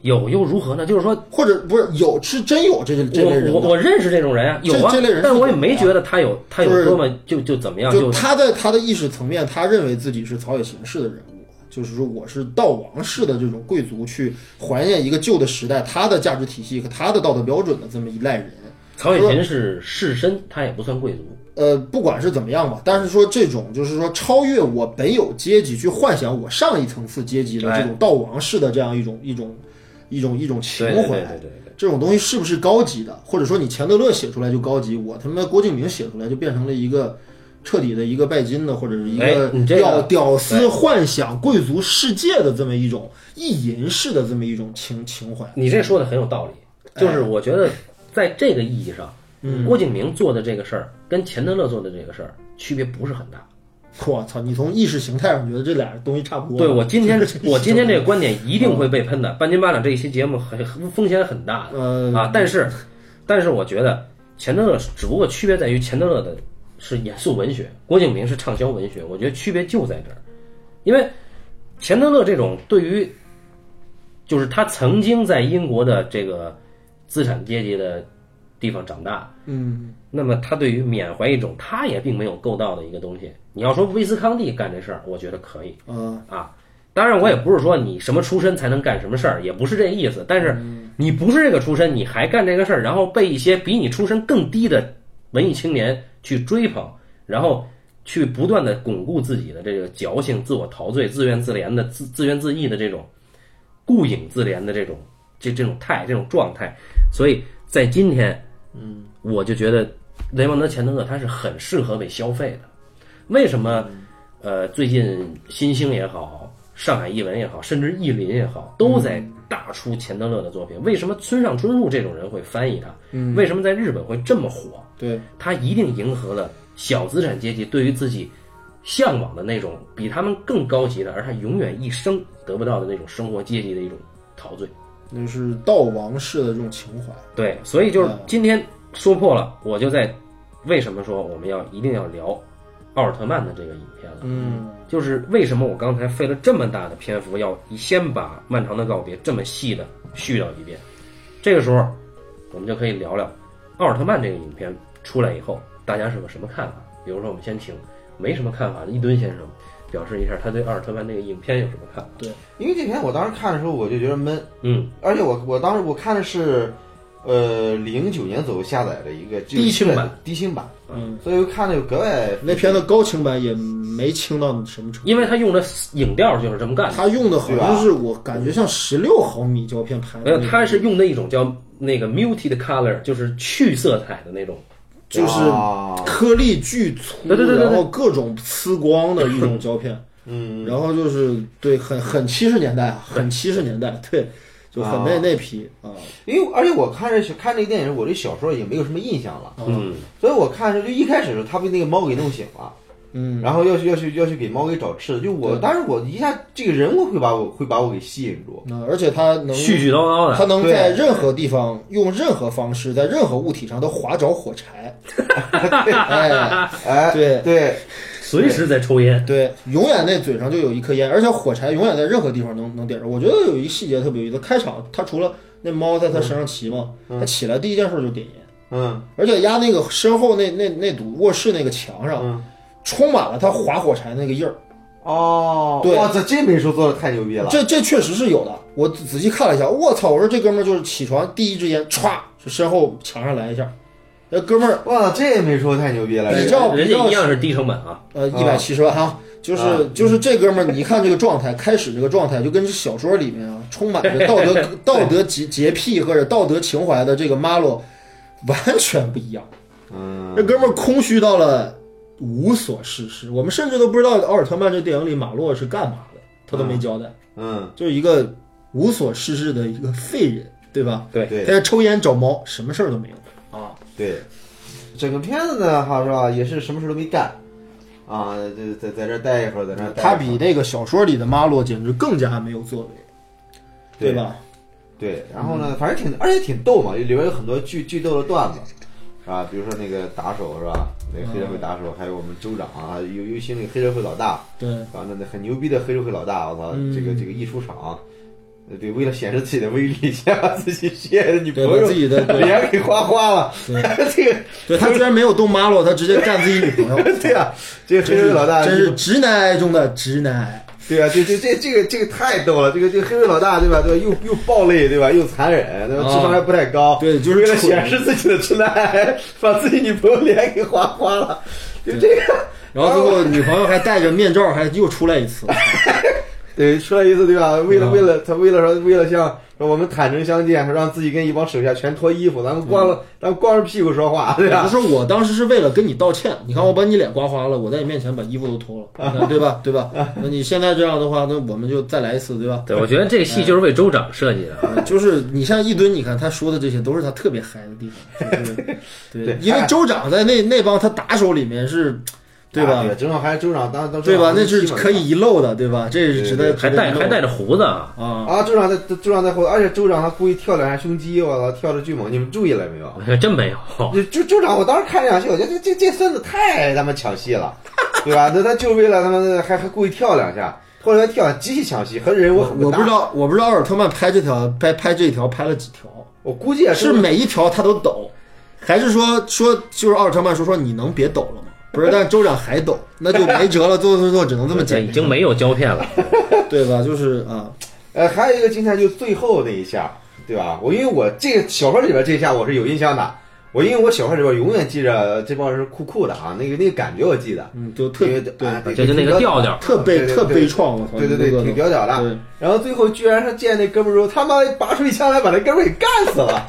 Speaker 2: 有又如何呢？就是说
Speaker 1: 或者不是有是真有这这类人
Speaker 2: 我我
Speaker 1: 的。
Speaker 2: 我认识这种人啊，有啊
Speaker 1: 这这类人，
Speaker 2: 但
Speaker 1: 是
Speaker 2: 我也
Speaker 1: 怎么
Speaker 2: 没
Speaker 1: 样
Speaker 2: 觉得他有他
Speaker 1: 就
Speaker 2: 有
Speaker 1: 是
Speaker 2: 多么就就怎么样
Speaker 1: 就他在他的意识层面，他认为自己是曹雪芹式的人物，就是说我是道王式的这种贵族去怀念一个旧的时代，他的价值体系和他的道德标准的这么一代人。
Speaker 2: 曹雪芹是士绅，他也不算贵族。
Speaker 1: 呃，不管是怎么样吧，但是说这种就是说超越我本有阶级去幻想我上一层次阶级的这种道王式的这样一种一种一种一种情
Speaker 2: 对对对
Speaker 1: 怀，
Speaker 2: 对对对。
Speaker 1: 这种东西是不是高级的，或者说你钱德勒写出来就高级，我他妈郭敬明写出来就变成了一个彻底的一个拜金的，或者是一
Speaker 2: 哎
Speaker 1: 个
Speaker 2: 你这个
Speaker 1: 屌屌
Speaker 2: 对
Speaker 1: 丝幻想贵族世界的这么一种意淫式的这么一种情情怀。
Speaker 2: 你这说的很有道理，就是我觉得在这个意义上，郭敬明做的这个事儿跟钱德勒做的这个事儿区别不是很大。
Speaker 1: 我操！你从意识形态上觉得这俩东西差不多。
Speaker 2: 对我今天我今天这个观点一定
Speaker 1: 嗯
Speaker 2: 会被喷的，半斤八两这一期节目很很风险很大的
Speaker 1: 呃
Speaker 2: 啊。但是，但是我觉得钱德勒只不过区别在于钱德勒的是严肃文学，郭敬明是畅销文学，我觉得区别就在这儿，因为钱德勒这种对于就是他曾经在英国的这个资产阶级的地方长大，
Speaker 1: 嗯，
Speaker 2: 那么他对于缅怀一种他也并没有够到的一个东西。你要说威斯康蒂干这事儿，我觉得可以。
Speaker 1: 呃，
Speaker 2: 啊。当然，我也不是说你什么出身才能干什么事儿，也不是这意思。但是你不是这个出身，你还干这个事儿，然后被一些比你出身更低的文艺青年去追捧，然后去不断的巩固自己的这个矫情、自我陶醉、自怨自怜的自自怨自艾的这种顾影自怜的这种这这种态、这种状态。所以在今天，嗯，我就觉得雷蒙德·钱德勒他是很适合被消费的。为什么？呃，最近新星也好，上海译文也好，甚至译林也好，都在大出钱德勒的作品。为什么村上春树这种人会翻译他？为什么在日本会这么火？
Speaker 1: 对，
Speaker 2: 他一定迎合了小资产阶级对于自己向往的那种比他们更高级的，而他永远一生得不到的那种生活阶级的一种陶醉。
Speaker 1: 那是道王式的这种情怀。
Speaker 2: 对，所以就是
Speaker 1: 嗯
Speaker 2: 今天说破了，我就在为什么说我们要一定要聊奥尔特曼的这个影片了。
Speaker 1: 嗯，
Speaker 2: 就是为什么我刚才费了这么大的篇幅，要先把《漫长的告别》这么细的絮叨一遍。这个时候，我们就可以聊聊奥尔特曼这个影片出来以后，大家是个什么看法？比如说，我们先请没什么看法的一吨先生表示一下他对奥尔特曼这个影片有什么看法。
Speaker 3: 因为这片我当时看的时候我就觉得闷，
Speaker 2: 嗯，
Speaker 3: 而且我我当时我看的是，呃，零九年左右下载的一个
Speaker 2: 低清版，
Speaker 3: 低清版，
Speaker 1: 嗯，
Speaker 3: 所以看的有格外
Speaker 1: 那片的高清版也没清到什么程度。
Speaker 2: 因为他用的影调就是这么干的，
Speaker 1: 他用的好像是我感觉像十六毫米胶片拍的
Speaker 2: 啊没
Speaker 1: 那
Speaker 2: 有
Speaker 1: 种，，
Speaker 2: 他是用的一种叫那个 muted color，就是去色彩的那种。
Speaker 1: 就是
Speaker 3: 啊
Speaker 1: 颗粒巨粗，
Speaker 2: 对对对对对
Speaker 1: 然后各种呲光的一种胶 片，
Speaker 3: 嗯，
Speaker 1: 然后就是对，很很七十年代啊，很七十年代，对，就很那
Speaker 3: 啊
Speaker 1: 那批啊，
Speaker 3: 因为而且我看这看这个电影，我对小说也没有什么印象了，
Speaker 2: 嗯，
Speaker 3: 所以我看的时候就一开始的时候他被那个猫给弄醒了，
Speaker 1: 嗯，
Speaker 3: 然后要去要去要去给猫给找吃的，就我当时我一下这个人物会把我会把我给吸引住，
Speaker 1: 那而且他能
Speaker 2: 絮絮叨叨的。
Speaker 1: 他能
Speaker 3: 对
Speaker 1: 在任何地方用任何方式，在任何物体上都划着火柴，哎，
Speaker 3: 哎，
Speaker 1: 对
Speaker 3: 对，
Speaker 2: 随时在抽烟。
Speaker 1: 对，永远那嘴上就有一颗烟，而且火柴永远在任何地方能能点着。我觉得有一个细节特别有意思，开场他除了那猫在他身上骑嘛，
Speaker 2: 嗯
Speaker 1: 他起来第一件事就点烟，
Speaker 3: 嗯
Speaker 1: 而且压那个身后那那那堵卧室那个墙上，
Speaker 3: 嗯，
Speaker 1: 充满了他划火柴那个印儿。
Speaker 3: 哦，
Speaker 1: 对
Speaker 3: 哇塞，这美术做的太牛逼了，
Speaker 1: 这这确实是有的，我仔仔细看了一下，我操！我说这哥们儿就是起床第一支烟，歘，就身后墙上来一下，那哥们儿
Speaker 3: 哇，这美术太牛逼了，
Speaker 1: 比较
Speaker 2: 人
Speaker 1: 比
Speaker 2: 家
Speaker 1: 较
Speaker 2: 一样是低成本啊。
Speaker 1: 呃，一百
Speaker 3: 啊
Speaker 1: 七十万啊，就是、
Speaker 3: 啊
Speaker 1: 就是这哥们儿，你看这个状态，开始这个状态就跟小说里面啊，充满着道德道德洁洁癖或者道德情怀的这个马洛完全不一样。
Speaker 3: 嗯，
Speaker 1: 这哥们儿空虚到了无所事事，我们甚至都不知道奥尔特曼这电影里马洛是干嘛的，他都没交代，
Speaker 3: 嗯，
Speaker 1: 就是一个无所事事的一个废人，对吧？
Speaker 2: 对
Speaker 1: 他
Speaker 3: 对
Speaker 1: 在抽烟找猫，什么事儿都没有啊。
Speaker 3: 对，整个片子呢，哈是吧，也是什么事都没干，啊，就在在这儿待一会儿，在那儿待一会儿
Speaker 1: 他比那个小说里的马洛简直更加没有作为，对吧？
Speaker 3: 对，然后呢，反正挺，而且挺逗嘛，里边有很多剧剧逗的段子，是吧？比如说那个打手是吧？那个黑社会打手，还有我们州长啊，尤尤其那个黑社会老大，
Speaker 1: 对。
Speaker 3: 啊，那那很牛逼的黑社会老大，我操，
Speaker 1: 嗯
Speaker 3: 这个这个一出场，呃对，为了显示自己的威力， 先把自己心爱的女朋
Speaker 1: 对
Speaker 3: 友
Speaker 1: 把自己的对
Speaker 3: 脸给花花了， 这个
Speaker 1: 对他居然没有动马洛，他直接干自己女朋友，
Speaker 3: 对啊， 这个黑
Speaker 1: 真
Speaker 3: 社
Speaker 1: 是
Speaker 3: 会老大
Speaker 1: 真是直男癌中的直男癌。
Speaker 3: 对啊，这这这这个这个太逗了，这个这个黑社会老大对吧？对吧？又又暴力对吧？又残忍对吧？
Speaker 1: 啊
Speaker 3: 智商还不太高，
Speaker 1: 对就是
Speaker 3: 为了
Speaker 1: 蠢
Speaker 3: 显示自己的直男癌， 把自己女朋友脸给划花了，就这个。哦
Speaker 1: 然后最后女朋友还戴着面罩，还又出来一次，
Speaker 3: 对，说一次对吧？为了
Speaker 1: 嗯
Speaker 3: 为了他为了说为了像让我们坦诚相见，让自己跟一帮手下全脱衣服，咱们光
Speaker 1: 嗯
Speaker 3: 了咱们光着屁股说话，对啊吧
Speaker 1: 就？是我当时是为了跟你道歉，你看我把你脸刮花了，我在你面前把衣服都脱了，对吧？对吧？那你现在这样的话，那我们就再来一次，对吧？
Speaker 2: 对，我觉得这个戏就是为州长设计的
Speaker 1: 哎
Speaker 2: 啊。
Speaker 1: 就是你像一吨，你看他说的这些都是他特别嗨的地方，就是对
Speaker 3: 对，
Speaker 1: 因为州长在那那帮他打手里面是，对
Speaker 3: 啊
Speaker 1: 吧？
Speaker 3: 对，正好还州长当当
Speaker 1: 对吧？
Speaker 3: 州长
Speaker 1: 那是
Speaker 3: 基本上
Speaker 1: 可以一漏的，对吧？这是值得
Speaker 2: 还
Speaker 1: 值得
Speaker 2: 带
Speaker 1: 一漏
Speaker 2: 还带着胡子啊，
Speaker 1: 啊，
Speaker 3: 啊！州长在州长在后，而且州长他故意跳两下胸肌，我操，跳的巨猛，你们注意了没有？
Speaker 2: 我还哎真没有。
Speaker 3: 就州州长，我当时看这场戏，我觉得这这这孙子太他妈抢戏了，对吧？那他就为了他妈的还还故意跳两下，后来跳极其抢戏，和人我很
Speaker 1: 我
Speaker 3: 搭
Speaker 1: 不知，道我不知道奥尔特曼拍这条拍拍这一条拍了几条，
Speaker 3: 我估计也
Speaker 1: 是每一条他都抖，还是说说就是奥尔特曼说说你能别抖了吗？不是，但州长还 抖，那就没辙了，做做做，只能这么
Speaker 2: 这
Speaker 1: 剪
Speaker 2: 已，经没有胶片了。
Speaker 1: 对吧？就是啊，
Speaker 3: 呃，还有一个惊叹就是最后那一下，对吧？我因为我这个小说里边这一下我是有印象的，我因为我小说里边永远记着呃这帮人是酷酷的啊，那个那个感觉我记得，
Speaker 1: 嗯，就特
Speaker 3: 因为
Speaker 1: 对，
Speaker 3: 啊
Speaker 2: 这就那个调 调
Speaker 1: 特悲
Speaker 3: 对对
Speaker 1: 特
Speaker 3: 对
Speaker 1: 悲怆，我操，
Speaker 3: 对对对，
Speaker 1: 那个
Speaker 3: 挺屌屌的。
Speaker 1: 对
Speaker 3: 然后最后居然是见那哥们儿说，他妈拔出一枪来把那哥们儿给干死了，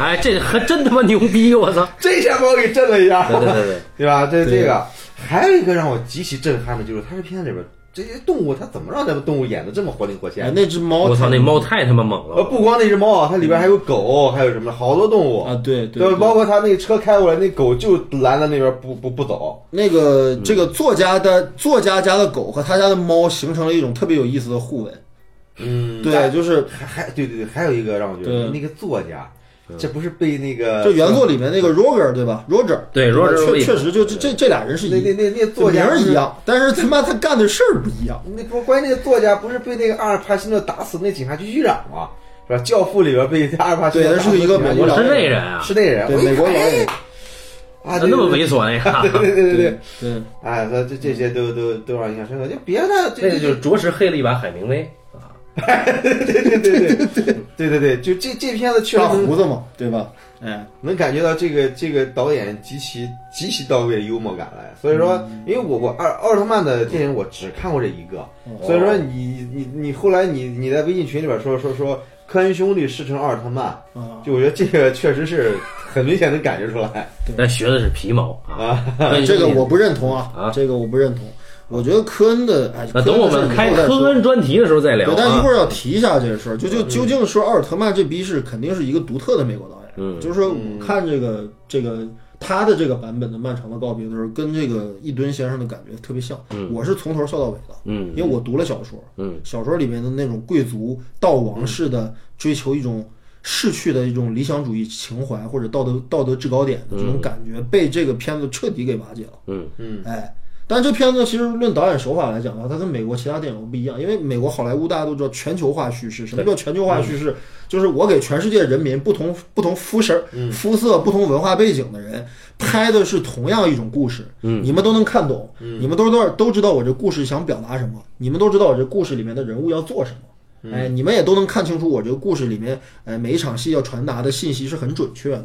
Speaker 2: 哎，这还真他妈牛逼！我操！
Speaker 3: 这下把我给震了一下，
Speaker 2: 对对对对，
Speaker 3: 对吧？这
Speaker 1: 对
Speaker 3: 这个还有一个让我极其震撼的就是，他这片子里边这些动物，他怎么让这个动物演的这么活灵活
Speaker 1: 哎，
Speaker 3: 现？
Speaker 1: 那只猫，
Speaker 2: 我操，那猫太他妈猛
Speaker 3: 呃，
Speaker 2: 了！
Speaker 3: 不光那只猫啊，它里边还有狗，还有什么好多动物
Speaker 1: 啊，对
Speaker 3: 对吧，包括他那个车开过来，那狗就拦在那边不不不走。
Speaker 1: 那个
Speaker 3: 嗯
Speaker 1: 这个作家的作家家的狗和他家的猫形成了一种特别有意思的互吻，
Speaker 3: 嗯
Speaker 1: 对，就是
Speaker 3: 还还对对对，还有一个让我觉得
Speaker 1: 对
Speaker 3: 那个作家，这不是被那个
Speaker 1: 这原作里面那个 Roger 对吧？Roger
Speaker 2: 对
Speaker 1: 吧
Speaker 2: Roger
Speaker 1: 确
Speaker 2: Rabbit
Speaker 1: 确实就这这这俩人是
Speaker 3: 那那
Speaker 1: 一
Speaker 3: 那那
Speaker 1: 这
Speaker 3: 作
Speaker 1: 名
Speaker 3: 家
Speaker 1: 儿
Speaker 3: 不是
Speaker 1: 一。样，但是他妈他干的事儿不一样。
Speaker 3: 那不关键那个作家不是被那个阿尔帕西诺打死那警察局局长吗？是吧？教父里边被阿尔帕西诺
Speaker 1: 对
Speaker 3: 打
Speaker 1: 他
Speaker 3: 死
Speaker 1: 是一个
Speaker 3: 警察
Speaker 1: 美
Speaker 3: 局
Speaker 1: 国
Speaker 3: 长
Speaker 1: 老
Speaker 2: 是
Speaker 1: 人
Speaker 2: 那人啊，
Speaker 3: 是那 人，
Speaker 1: 对
Speaker 3: 我一
Speaker 1: 美国老
Speaker 3: 看
Speaker 1: 人
Speaker 3: 哎啊，
Speaker 2: 那
Speaker 3: 对
Speaker 2: 么
Speaker 3: 对
Speaker 2: 猥琐那
Speaker 3: 对
Speaker 2: 个，
Speaker 3: 对对对对，
Speaker 1: 对，嗯
Speaker 3: 哎，那这这些都都都让印象深刻。就别的，
Speaker 2: 那
Speaker 3: 这
Speaker 2: 个
Speaker 3: 这
Speaker 2: 就是着实黑了一把海明威啊。
Speaker 3: 对对对对对对对对，就这这片子确实
Speaker 1: 大
Speaker 3: 能
Speaker 1: 胡子嘛，对吧？哎，
Speaker 3: 能感觉到这个这个导演极其极其到位的幽默感来。所以说，因为我我奥奥特曼的电影我只看过这一个，所以说你你你后来你你在微信群里边说说说科恩兄弟师承奥特曼，
Speaker 1: 啊，
Speaker 3: 就我觉得这个确实是很明显能感觉出来。
Speaker 2: 那学的是皮毛啊。那
Speaker 1: 这个我不认同啊
Speaker 2: 啊，
Speaker 1: 这个我不认同。我觉得科恩的，哎，
Speaker 2: 那等我们开
Speaker 1: 科恩的事儿以后再说
Speaker 2: 科恩专题的时候再聊
Speaker 1: 对，但一
Speaker 2: 啊嗯
Speaker 1: 会。儿要提一下这个事儿，就就究竟说奥尔特曼这逼是肯定是一个独特的美国导演，
Speaker 2: 嗯
Speaker 1: 就是说我看这个这个他的这个版本的《漫长的告别》的时候，跟这个一吨先生的感觉特别像，我是从头笑到尾的，
Speaker 2: 嗯
Speaker 1: 因为我读了小说，
Speaker 2: 嗯，
Speaker 1: 小说里面的那种贵族道王式的追求一种。逝去的一种理想主义情怀或者道德道德制高点的这种感觉，被这个片子彻底给瓦解了。
Speaker 2: 嗯
Speaker 3: 嗯，
Speaker 1: 哎，但这片子其实论导演手法来讲的话，它跟美国其他电影不一样，因为美国好莱坞大家都知道全球化叙事。什么叫全球化叙事？就是我给全世界人民不同不同肤色、肤色、不同文化背景的人拍的是同样一种故事，你们都能看懂，你们都都都知道我这故事想表达什么，你们都知道我这故事里面的人物要做什么。
Speaker 3: 嗯
Speaker 1: 哎，你们也都能看清楚我这个故事里面，哎，每一场戏要传达的信息是很准确的。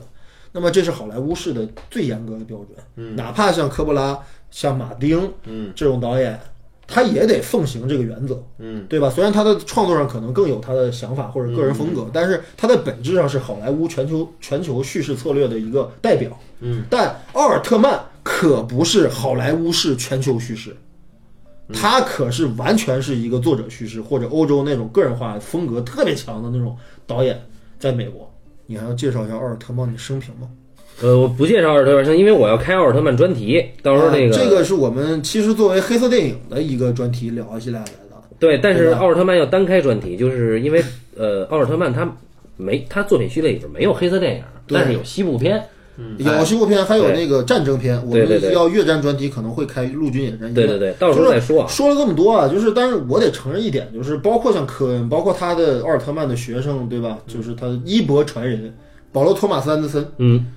Speaker 1: 那么这是好莱坞式的最严格的标准，哪怕像科波拉、像马丁，
Speaker 3: 嗯，
Speaker 1: 这种导演，他也得奉行这个原则，
Speaker 3: 嗯，
Speaker 1: 对吧？虽然他的创作上可能更有他的想法或者个人风格，
Speaker 3: 嗯
Speaker 1: 但是他在本质上是好莱坞全球全球叙事策略的一个代表，嗯。但奥尔特曼可不是好莱坞式全球叙事，
Speaker 2: 嗯
Speaker 1: 他可是完全是一个作者叙事或者欧洲那种个人化风格特别强的那种导演，在美国，你还要介绍一下奥尔特曼的生平吗？
Speaker 2: 呃，我不介绍奥尔特曼，因为我要开奥尔特曼专题，到时候那
Speaker 1: 啊
Speaker 2: 个
Speaker 1: 这个是我们其实作为黑色电影的一个专题聊起来来的。
Speaker 2: 对，但是奥尔特曼要单开专题，就是因为呃，奥尔特曼他没他作品序列里边没有黑色电影，
Speaker 1: 对
Speaker 2: 但是有西部片。
Speaker 1: 有西部片，还有那个战争片，我
Speaker 2: 嗯哎对对
Speaker 1: 们
Speaker 2: 对
Speaker 1: 要越战专题可能会开陆军野战。
Speaker 2: 对对对到时候再说啊
Speaker 1: 就是说了这么多啊，就是但是我得承认一点，就是包括像科恩，包括他的奥尔特曼的学生，对吧？就是他的衣钵传人保罗·托马斯·安德森，
Speaker 2: 嗯，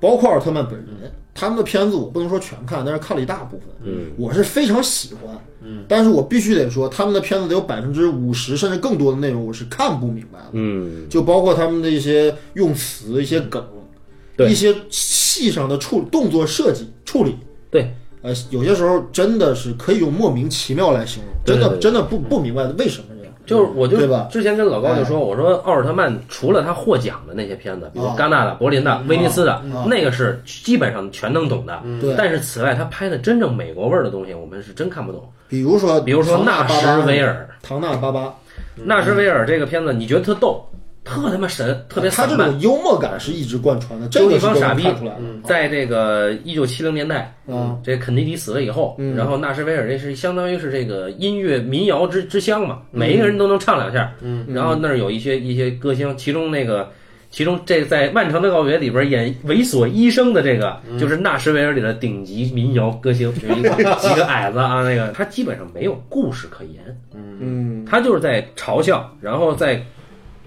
Speaker 1: 包括奥尔特曼本人，他们的片子我不能说全看，但是看了一大部分。嗯，我是非常喜欢。嗯，但是我必须得说，他们的片子得有百分之五十甚至更多的内容我是看不明白的。
Speaker 2: 嗯，
Speaker 1: 就包括他们的一些用词、一些梗、
Speaker 2: 对
Speaker 1: 一些戏上的处动作设计处理，
Speaker 2: 对，
Speaker 1: 呃，有些时候真的是可以用莫名其妙来形容，
Speaker 2: 对
Speaker 1: 真
Speaker 2: 对
Speaker 1: 的
Speaker 2: 对
Speaker 1: 真的不不明白为什么这样。
Speaker 2: 就是我就
Speaker 1: 对吧哎
Speaker 2: 之前跟老高就说，我说奥尔特曼除了他获奖的那些片子，比如
Speaker 1: 啊
Speaker 2: 戛纳的、柏林的、威尼斯的
Speaker 1: 嗯啊，
Speaker 2: 那个是基本上全能懂的。
Speaker 1: 对
Speaker 2: 但是此外，他拍的真正美国味儿的东西，我们是真看不懂。
Speaker 1: 比如说，
Speaker 2: 比如说
Speaker 1: 唐纳
Speaker 2: 纳
Speaker 1: 巴
Speaker 2: 什
Speaker 1: 巴
Speaker 2: 维尔，
Speaker 1: 唐纳巴巴，
Speaker 2: 纳什维尔这个片子，你觉得特逗，特他妈神，特别
Speaker 1: 他
Speaker 2: 散
Speaker 1: 这
Speaker 2: 漫。
Speaker 1: 种幽默感是一直贯穿的，这
Speaker 2: 就
Speaker 1: 个
Speaker 2: 一
Speaker 1: 是
Speaker 2: 帮
Speaker 1: 被我
Speaker 2: 傻
Speaker 1: 们
Speaker 2: 逼嗯
Speaker 1: 看出来了。
Speaker 2: 在这个一九七零年代，
Speaker 1: 嗯，
Speaker 2: 这肯尼迪死了以后，
Speaker 1: 嗯
Speaker 2: 然后纳什维尔这是相当于是这个音乐民谣之之乡嘛，每一个人都能唱两下，嗯，然后那儿有一些一些歌星，其中那个。其中这在《漫长的告别》里边演猥琐医生的这个，就是纳什维尔里的顶级民谣歌星，有一个 几个矮子啊，那个他基本上没有故事可言，
Speaker 1: 嗯，
Speaker 2: 他就是在嘲笑，然后再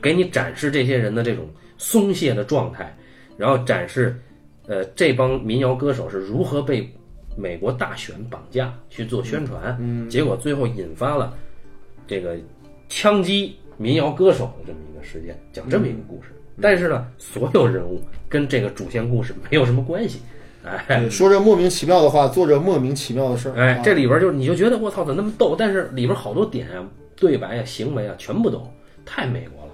Speaker 2: 给你展示这些人的这种松懈的状态，然后展示，呃，这帮民谣歌手是如何被美国大选绑架去做宣传，
Speaker 1: 嗯
Speaker 2: 结果最后引发了这个枪击民谣歌手的这么一个事件，讲这么一个故事。
Speaker 1: 嗯
Speaker 2: 但是呢，所有人物跟这个主线故事没有什么关系，哎，
Speaker 1: 对嗯说这莫名其妙的话，做着莫名其妙的事儿。
Speaker 2: 哎
Speaker 1: 啊，
Speaker 2: 这里边就是你就觉得我操怎么那么逗，但是里边好多点啊、对白啊、行为啊全不懂，太美国了。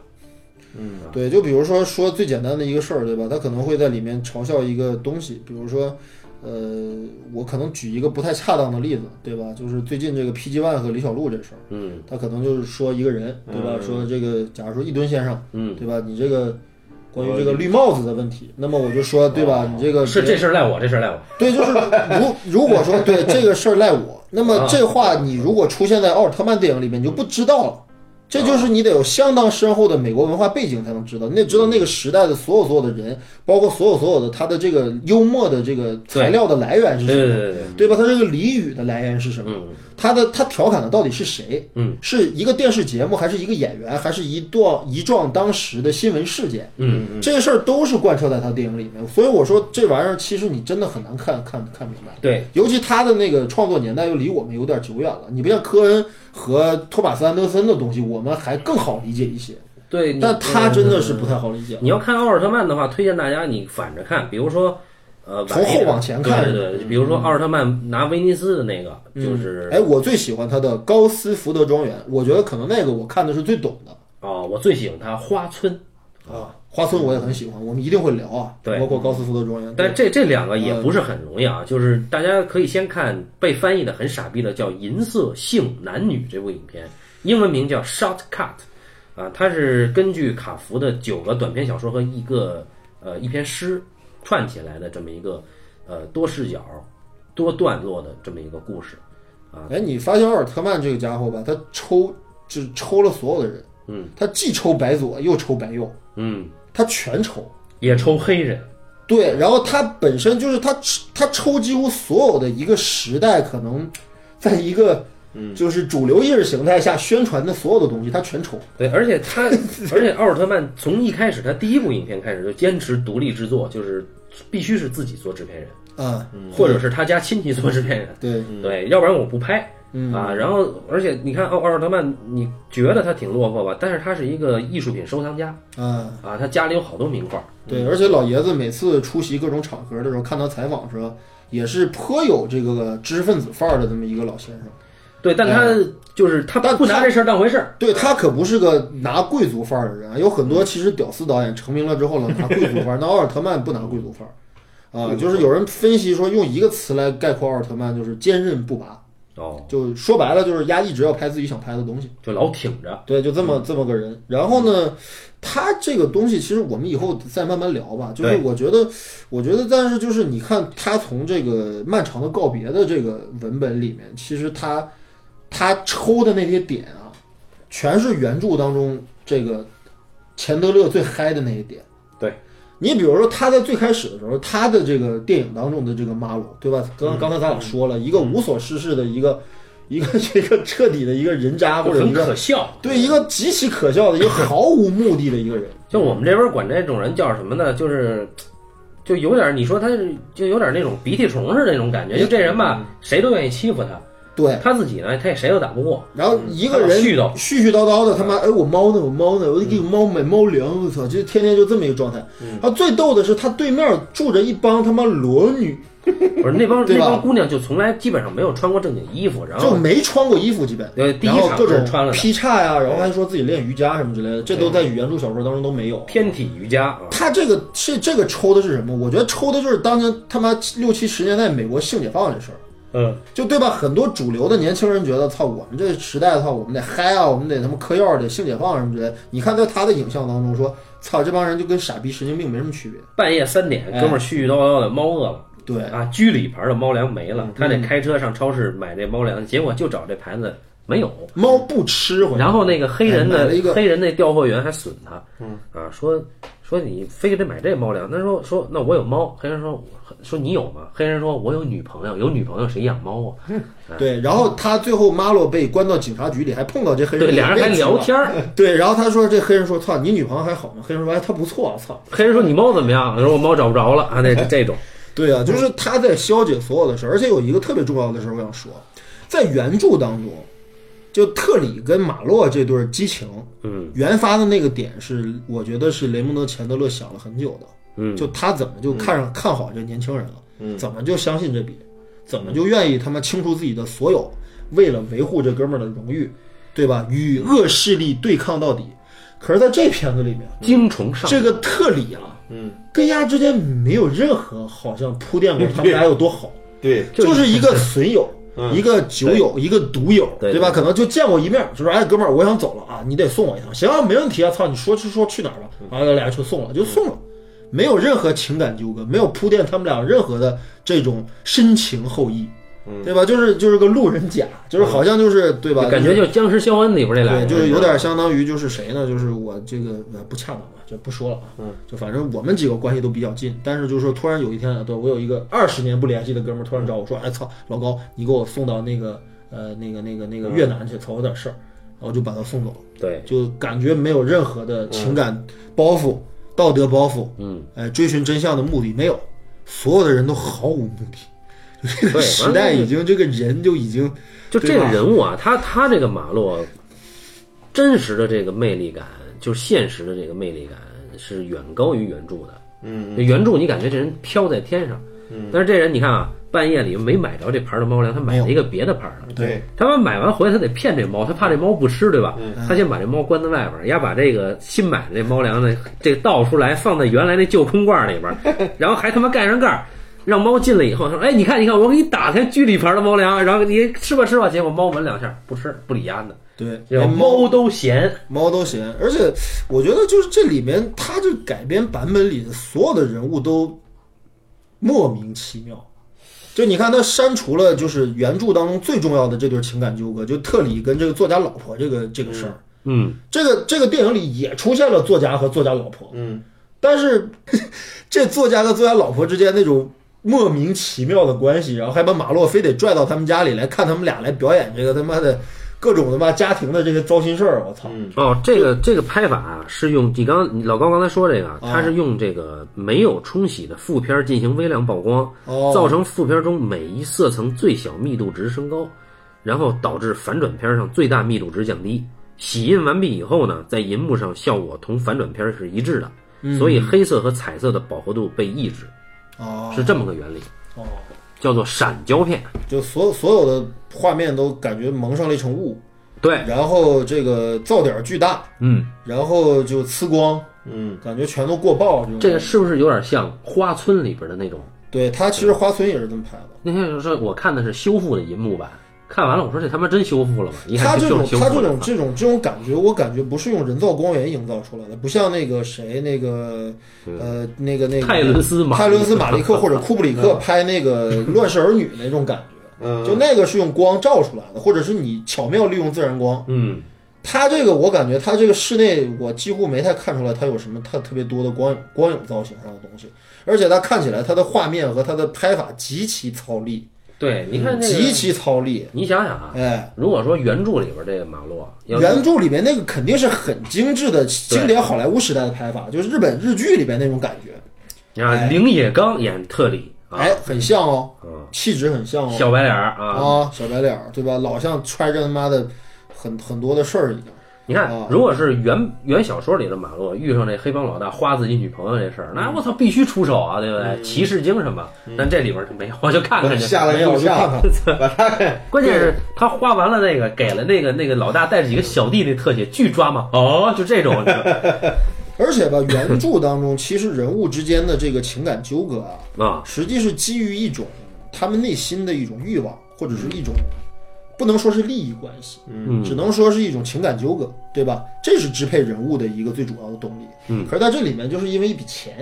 Speaker 1: 对，就比如说说最简单的一个事儿，对吧？他可能会在里面嘲笑一个东西，比如说，呃，我可能举一个不太恰当的例子，对吧？就是最近这个 PG One 和李小璐这事儿，
Speaker 2: 嗯
Speaker 1: 他可能就是说一个人，对吧？说这个，假如说一吨先生，
Speaker 2: 嗯，
Speaker 1: 对吧？你这个关于这个绿帽子的问题，那么我就说，对吧？你这个
Speaker 2: 是
Speaker 1: 别
Speaker 2: 这事儿赖我，这事儿赖我。
Speaker 1: 对，就是如如果说对这个事儿赖我，那么这话你如果出现在奥尔特曼电影里面，你就不知道了。这就是你得有相当深厚的美国文化背景才能知道，你得知道那个时代的所有所有的人，包括所有所有的他的这个幽默的这个材料的来源是
Speaker 2: 对
Speaker 1: 什
Speaker 2: 对
Speaker 1: 么，
Speaker 2: 对对，
Speaker 1: 对吧？他这个俚语的来源是什么？
Speaker 2: 嗯
Speaker 1: 他的他调侃的到底是谁？
Speaker 2: 嗯，
Speaker 1: 是一个电视节目，还是一个演员，还是一段一撞当时的新闻事件？
Speaker 2: 嗯，
Speaker 1: 这些事儿都是贯彻在他电影里面，所以我说这玩意儿其实你真的很难看看看明白。
Speaker 2: 对，
Speaker 1: 尤其他的那个创作年代又离我们有点久远了，你不像科恩和托马斯安德森的东西，我们还更好理解一些，
Speaker 2: 对，你嗯
Speaker 1: 但他真的是不太好理解。
Speaker 2: 你要看奥尔特曼的话，推荐大家你反着看，比如说，呃，
Speaker 1: 从
Speaker 2: 晚一点
Speaker 1: 后往前看嗯
Speaker 2: 对对对，比如说奥尔特曼拿威尼斯的那个，就是
Speaker 1: 哎，我最喜欢他的《高斯福德庄园》，我觉得可能那个我看的是最懂的
Speaker 2: 哦，我最喜欢他花村，
Speaker 1: 啊。花村我也很喜欢，我们一定会聊啊，
Speaker 2: 对
Speaker 1: 包括《高斯福德庄园》。
Speaker 2: 但这这两个也不是很容易
Speaker 1: 嗯
Speaker 2: 啊，就是大家可以先看被翻译的很傻逼的叫《银色性男女》这部影片，英文名叫《Short Cut》，啊，它是根据卡福的九个短篇小说和一个呃一篇诗串起来的这么一个呃多视角、多段落的这么一个故事。
Speaker 1: 哎，你发现奥尔特曼这个家伙吧，他抽就是抽了所有的人，
Speaker 2: 嗯，
Speaker 1: 他既抽白左又抽白右，
Speaker 2: 嗯，
Speaker 1: 他全抽。
Speaker 2: 也抽黑人，
Speaker 1: 对，然后他本身就是他他抽几乎所有的一个时代，可能在一个
Speaker 2: 嗯
Speaker 1: 就是主流意识形态下宣传的所有的东西，他全抽。
Speaker 2: 对，而且 他，而且奥尔特曼从一开始他第一部影片开始就坚持独立制作，就是必须是自己做制片人。
Speaker 1: 嗯，
Speaker 2: 或者是他家亲戚做制片人，
Speaker 1: 对，
Speaker 2: 对，要不然我不拍
Speaker 1: 嗯
Speaker 2: 啊。然后，而且你看奥奥尔特曼，你觉得他挺落魄吧？但是他是一个艺术品收藏家
Speaker 1: 嗯，
Speaker 2: 啊，他家里有好多名画，
Speaker 1: 对，而且老爷子每次出席各种场合的时候，看他采访的时候，也是颇有这个知识分子范儿的这么一个老先生。
Speaker 2: 对，但他就是他
Speaker 1: 哎但
Speaker 2: 不拿
Speaker 1: 他
Speaker 2: 这事儿当回事儿，
Speaker 1: 对他可不是个拿贵族范儿的人啊，有很多其实屌丝导演成名了之后呢，拿贵族范儿，那奥尔特曼不拿贵族范儿，啊、就是有人分析说用一个词来概括奥尔特曼，就是坚韧不拔，
Speaker 2: 哦，
Speaker 1: 就说白了就是丫一直要拍自己想拍的东西，
Speaker 2: 就老挺着，嗯
Speaker 1: 对，就这么这么个人。然后呢，他这个东西其实我们以后再慢慢聊吧，就是
Speaker 2: 对
Speaker 1: 我觉得，我觉得，但是就是你看他从这个漫长的告别的这个文本里面，其实他他抽的那些点啊，全是原著当中这个钱德勒最嗨的那一点。
Speaker 2: 对，
Speaker 1: 你比如说他在最开始的时候，他的这个电影当中的这个 Marlow，对吧？
Speaker 2: 嗯
Speaker 1: 刚刚才咱俩说了、一个无所事事的一个。一个 一个彻底的一个人渣，
Speaker 2: 就
Speaker 1: 或者
Speaker 2: 很
Speaker 1: 一个
Speaker 2: 可笑。
Speaker 1: 对一个极其可笑的、一个毫无目的的一个人。
Speaker 2: 就我们这边管这种人叫什么呢？就是。就有点，你说他是就有点那种鼻涕虫似的那种感觉。就这人
Speaker 1: 嗯
Speaker 2: 吧，谁都愿意欺负他，
Speaker 1: 对，
Speaker 2: 他自己呢，他也谁都打不过。
Speaker 1: 然后一个人
Speaker 2: 嗯絮叨
Speaker 1: 絮絮叨叨的，他
Speaker 2: 嗯
Speaker 1: 妈，哎，我猫呢？我猫呢？我得给猫买猫粮，
Speaker 2: 嗯
Speaker 1: 我操，就天天就这么一个状态。然后最逗的是，他对面住着一帮他妈裸女，
Speaker 2: 不是那帮
Speaker 1: 对
Speaker 2: 那
Speaker 1: 吧
Speaker 2: 帮姑娘就从来基本上没有穿过正经衣服，然
Speaker 1: 就
Speaker 2: 后
Speaker 1: 没穿过衣服，基本
Speaker 2: 嗯对第一
Speaker 1: 然后
Speaker 2: 场
Speaker 1: 各
Speaker 2: 是
Speaker 1: 种
Speaker 2: 穿了的
Speaker 1: 劈叉呀、然后还说自己练瑜伽什么之类的，这都在原著小说当中都没有。
Speaker 2: 偏体瑜伽啊，
Speaker 1: 他这个这这个抽的是什么？我觉得抽的就是当年他妈六七十年代美国性解放这事儿，
Speaker 2: 嗯，
Speaker 1: 就对吧？很多主流的年轻人觉得，操，我们这时代的话，我们得嗨啊，我们得他妈嗑药，得性解放什么之类的。你看，在他的影像当中说，操，这帮人就跟傻逼神经病没什么区别。
Speaker 2: 半夜三点，哥们儿絮絮叨叨的，猫饿了。
Speaker 1: 哎对，嗯
Speaker 2: 啊，居里牌的猫粮没了，他得开车上超市买这猫粮，结果就找这牌子没有。
Speaker 1: 猫不吃，回来
Speaker 2: 然后那个黑人
Speaker 1: 哎买
Speaker 2: 的
Speaker 1: 了一个嗯
Speaker 2: 黑人那调货员还损他，啊，说说你非得买这猫粮，他说说那我有猫，黑人说说你有吗？黑人说我有女朋友，有女朋友谁养猫啊？
Speaker 1: 对，然后他最后马洛被关到警察局里，还碰到这黑人，
Speaker 2: 对，俩人还
Speaker 1: 被举
Speaker 2: 聊
Speaker 1: 报
Speaker 2: 天儿，
Speaker 1: 对，然后他说这黑人说：“操，你女朋友还好吗？”黑人说：“哎，她不错，操。
Speaker 2: 黑人说你猫怎么样？他说我猫找不着了啊，那这 种，”
Speaker 1: 对
Speaker 2: 嗯
Speaker 1: 啊，就是他在消解所有的事儿，而且有一个特别重要的事儿，我想说，在原著当中，就特里跟马洛这对激情，
Speaker 2: 嗯
Speaker 1: 原发的那个点是，我觉得是雷蒙德·钱德勒想了很久的，
Speaker 2: 嗯，
Speaker 1: 就他怎么就看上、看好这年轻人了，
Speaker 3: 嗯
Speaker 1: 怎么就相信这笔，怎么就愿意他妈倾注自己的所有，为了维护这哥们儿的荣誉，对吧？与恶势力对抗到底。可是，在这片子里面，
Speaker 2: 精虫上
Speaker 1: 这个特里啊，
Speaker 3: 嗯，
Speaker 1: 跟丫之间没有任何好像铺垫过他们俩有多好，
Speaker 3: 对，
Speaker 1: 就是一个损友，一个酒友，一个毒友，
Speaker 2: 对
Speaker 1: 吧？可能就见过一面，就说哎哥们儿，我想走了啊，你得送我一趟，行啊，没问题啊，操，你说是说去哪儿吧，然后俩就送了，就送了。没有任何情感纠葛，没有铺垫他们俩任何的这种深情厚谊，对吧？就是就是个路人甲，就是好像就是对吧？
Speaker 2: 感觉就僵尸肖恩里边这俩
Speaker 1: 对，
Speaker 2: 人，
Speaker 1: 就是有点相当于就是谁呢？就是我这个呃不恰当吧，就不说了啊。嗯，就反正我们几个关系都比较近，但是就是说突然有一天啊，对我有一个二十年不联系的哥们儿突然找我说，哎操，老高，你给我送到那个呃那个那个那个越南去，操，有点事儿，然后就把他送走了，
Speaker 2: 对，
Speaker 1: 就感觉没有任何的情感包袱、道德包袱，
Speaker 2: 嗯，
Speaker 1: 哎，追寻真相的目的没有，所有的人都毫无目的。 这个
Speaker 2: 对
Speaker 1: 时代已经，这个人就已经
Speaker 2: 就这个
Speaker 1: 对吧
Speaker 2: 人物啊，他他这个马洛，真实的这个魅力感，就是现实的这个魅力感是远高于原著的。
Speaker 3: 嗯，
Speaker 2: 原著你感觉这人飘在天上，嗯，但是这人你看啊，半夜里没买着这盘的猫粮，他买了一个别的盘的，
Speaker 3: 对，
Speaker 2: 他们买完回来，他得骗这猫，他怕这猫不吃，对吧？他先把这猫关在外边儿，丫把这个新买的这猫粮呢，这倒出来放在原来那旧空罐里边 儿，然后还他妈盖上盖儿，让猫进来以后，他说：“哎，你看，你看，我给你打开居里牌的猫粮，然后你吃吧吃吧。”结果猫闻两下不吃，不理丫的，
Speaker 1: 对，哎
Speaker 2: 然
Speaker 1: 连
Speaker 2: 后哎猫都嫌。
Speaker 1: 猫都行，而且我觉得就是这里面，它这改编版本里的所有的人物都莫名其妙。就你看，他删除了就是原著当中最重要的这对情感纠葛，就特里跟这个作家老婆这个这个事儿。
Speaker 2: 嗯，
Speaker 1: 这个这个电影里也出现了作家和作家老婆，
Speaker 3: 嗯，
Speaker 1: 但是 这作家和作家老婆之间那种莫名其妙的关系，然后还把马洛非得拽到他们家里来看他们俩来表演这个他妈的各种他妈家庭的这些糟心事儿，我操！
Speaker 2: 哦，这个这个拍法啊，是用你刚你老高刚才说这个啊，
Speaker 1: 哦
Speaker 2: 他是用这个没有冲洗的负片进行微量曝光，
Speaker 1: 哦
Speaker 2: 造成负片中每一色层最小密度值升高，然后导致反转片上最大密度值降低。洗印完毕以后呢，在银幕上效果同反转片是一致的，
Speaker 1: 嗯
Speaker 2: 所以黑色和彩色的饱和度被抑制，
Speaker 1: 哦
Speaker 2: 是这么个原理，
Speaker 1: 哦。
Speaker 2: 叫做闪胶片。
Speaker 1: 就所有所有的画面都感觉蒙上了一层雾，
Speaker 2: 对，
Speaker 1: 然后这个噪点巨大，
Speaker 2: 嗯，
Speaker 1: 然后就呲光，
Speaker 3: 嗯，
Speaker 1: 感觉全都过曝这种。
Speaker 2: 这个是不是有点像花村里边的那种
Speaker 1: 对他其实花村也是这么拍的。
Speaker 2: 那天就说我看的是修复的银幕版，看完了我说这他妈真修复了吗？一
Speaker 1: 他
Speaker 2: 看
Speaker 1: 这
Speaker 2: 就
Speaker 1: 种
Speaker 2: 是修
Speaker 1: 他这
Speaker 2: 复的
Speaker 1: 种
Speaker 2: 嘛。
Speaker 1: 这种这种感觉，我感觉不是用人造光源营造出来的，不像那个谁那个呃那个那个
Speaker 2: 泰伦斯马嗯
Speaker 1: 泰伦斯马利克或者库布里克拍那个《乱世儿女》那种 感觉，
Speaker 3: 嗯
Speaker 1: 就那个是用光照出来的，或者是你巧妙利用自然光。
Speaker 2: 嗯，
Speaker 1: 它这个我感觉它这个室内我几乎没太看出来它有什么它特别多的光影光影造型上的东西，而且它看起来它的画面和它的拍法极其操力，
Speaker 2: 对，你看那
Speaker 1: 极
Speaker 2: 个，
Speaker 1: 其操力。
Speaker 2: 你想想啊，
Speaker 1: 哎，
Speaker 2: 如果说原著里边这个马洛要啊
Speaker 1: 原著里面那个肯定是很精致的经典好莱坞时代的拍法，就是日本日剧里边那种感觉，
Speaker 2: 你看林野刚演特里啊，
Speaker 1: 哎，很像哦，
Speaker 2: 嗯，
Speaker 1: 气质很像哦，
Speaker 2: 小白脸儿啊，
Speaker 1: 啊，小白脸儿对吧？老像揣着他妈的很很多的事儿一样。
Speaker 2: 你看
Speaker 1: 哦，
Speaker 2: 如果是原原小说里的马洛遇上这黑帮老大花自己女朋友这事儿，
Speaker 1: 嗯
Speaker 2: 那我操必须出手啊，对不对？骑士精神吧。但这里边就没有，我就看看就行
Speaker 3: 下来
Speaker 1: 没有
Speaker 3: 就
Speaker 1: 嗯我去
Speaker 3: 下
Speaker 1: 看
Speaker 3: 了，
Speaker 1: 看。
Speaker 3: 把他给
Speaker 2: 关键是他花完了那个，给了那个那个老大带着几个小弟那特写，巨抓嘛。哦，就这种，
Speaker 1: 而且吧，原著当中其实人物之间的这个情感纠葛啊，
Speaker 2: 啊，
Speaker 1: 实际是基于一种他们内心的一种欲望，或者是一种不能说是利益关系，
Speaker 2: 嗯
Speaker 1: 只能说是一种情感纠葛，对吧？这是支配人物的一个最主要的动力。
Speaker 2: 嗯，
Speaker 1: 可是在这里面就是因为一笔钱，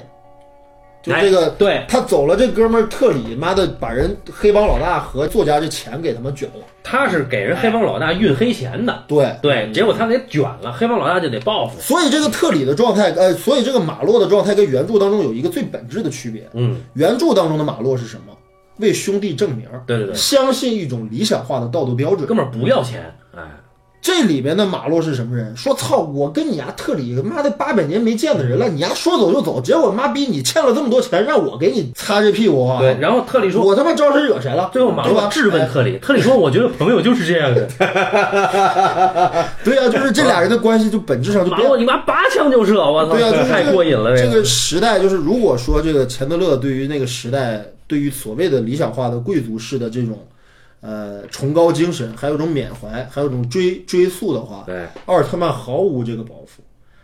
Speaker 1: 就
Speaker 2: 哎
Speaker 1: 这个。
Speaker 2: 对，
Speaker 1: 他走了，这哥们儿特里妈的把人黑帮老大和作家这钱给他们卷了。
Speaker 2: 他是给人黑帮老大运黑钱的，
Speaker 1: 对，
Speaker 2: 对，结果他给卷了，黑帮老大就得报复。
Speaker 1: 所以这个特里的状态，呃，所以这个马洛的状态跟原著当中有一个最本质的区别。
Speaker 2: 嗯，
Speaker 1: 原著当中的马洛是什么？为兄弟证明，
Speaker 2: 对对对，
Speaker 1: 相信一种理想化的道德标准
Speaker 2: 哥。们儿不要钱，哎，
Speaker 1: 这里边的马洛是什么人？说操，我跟你丫特里妈的八百年没见的人
Speaker 2: 嗯
Speaker 1: 了，你丫说走就走，结果妈逼你欠了这么多钱，让我给你擦这屁股啊！
Speaker 2: 对，，然后特里说。
Speaker 1: 我他妈招谁惹谁了？
Speaker 2: 最后马
Speaker 1: 对
Speaker 2: 洛
Speaker 1: 吧哎
Speaker 2: 质问特里，特里说：“我觉得朋友就是这 样的。
Speaker 1: 对呀、就是这俩人的关系就本质上就
Speaker 2: 马
Speaker 1: 变了
Speaker 2: 洛，你妈拔枪就射，我操，
Speaker 1: 对啊，就是
Speaker 2: 太
Speaker 1: 这个
Speaker 2: 过瘾了。
Speaker 1: 这
Speaker 2: 个
Speaker 1: 个时代就是，如果说这个钱德勒对于那个时代，对于所谓的理想化的贵族式的这种，呃，崇高精神，还有一种缅怀，还有一种追追溯的话，
Speaker 2: 对，
Speaker 1: 奥尔特曼毫无这个包袱，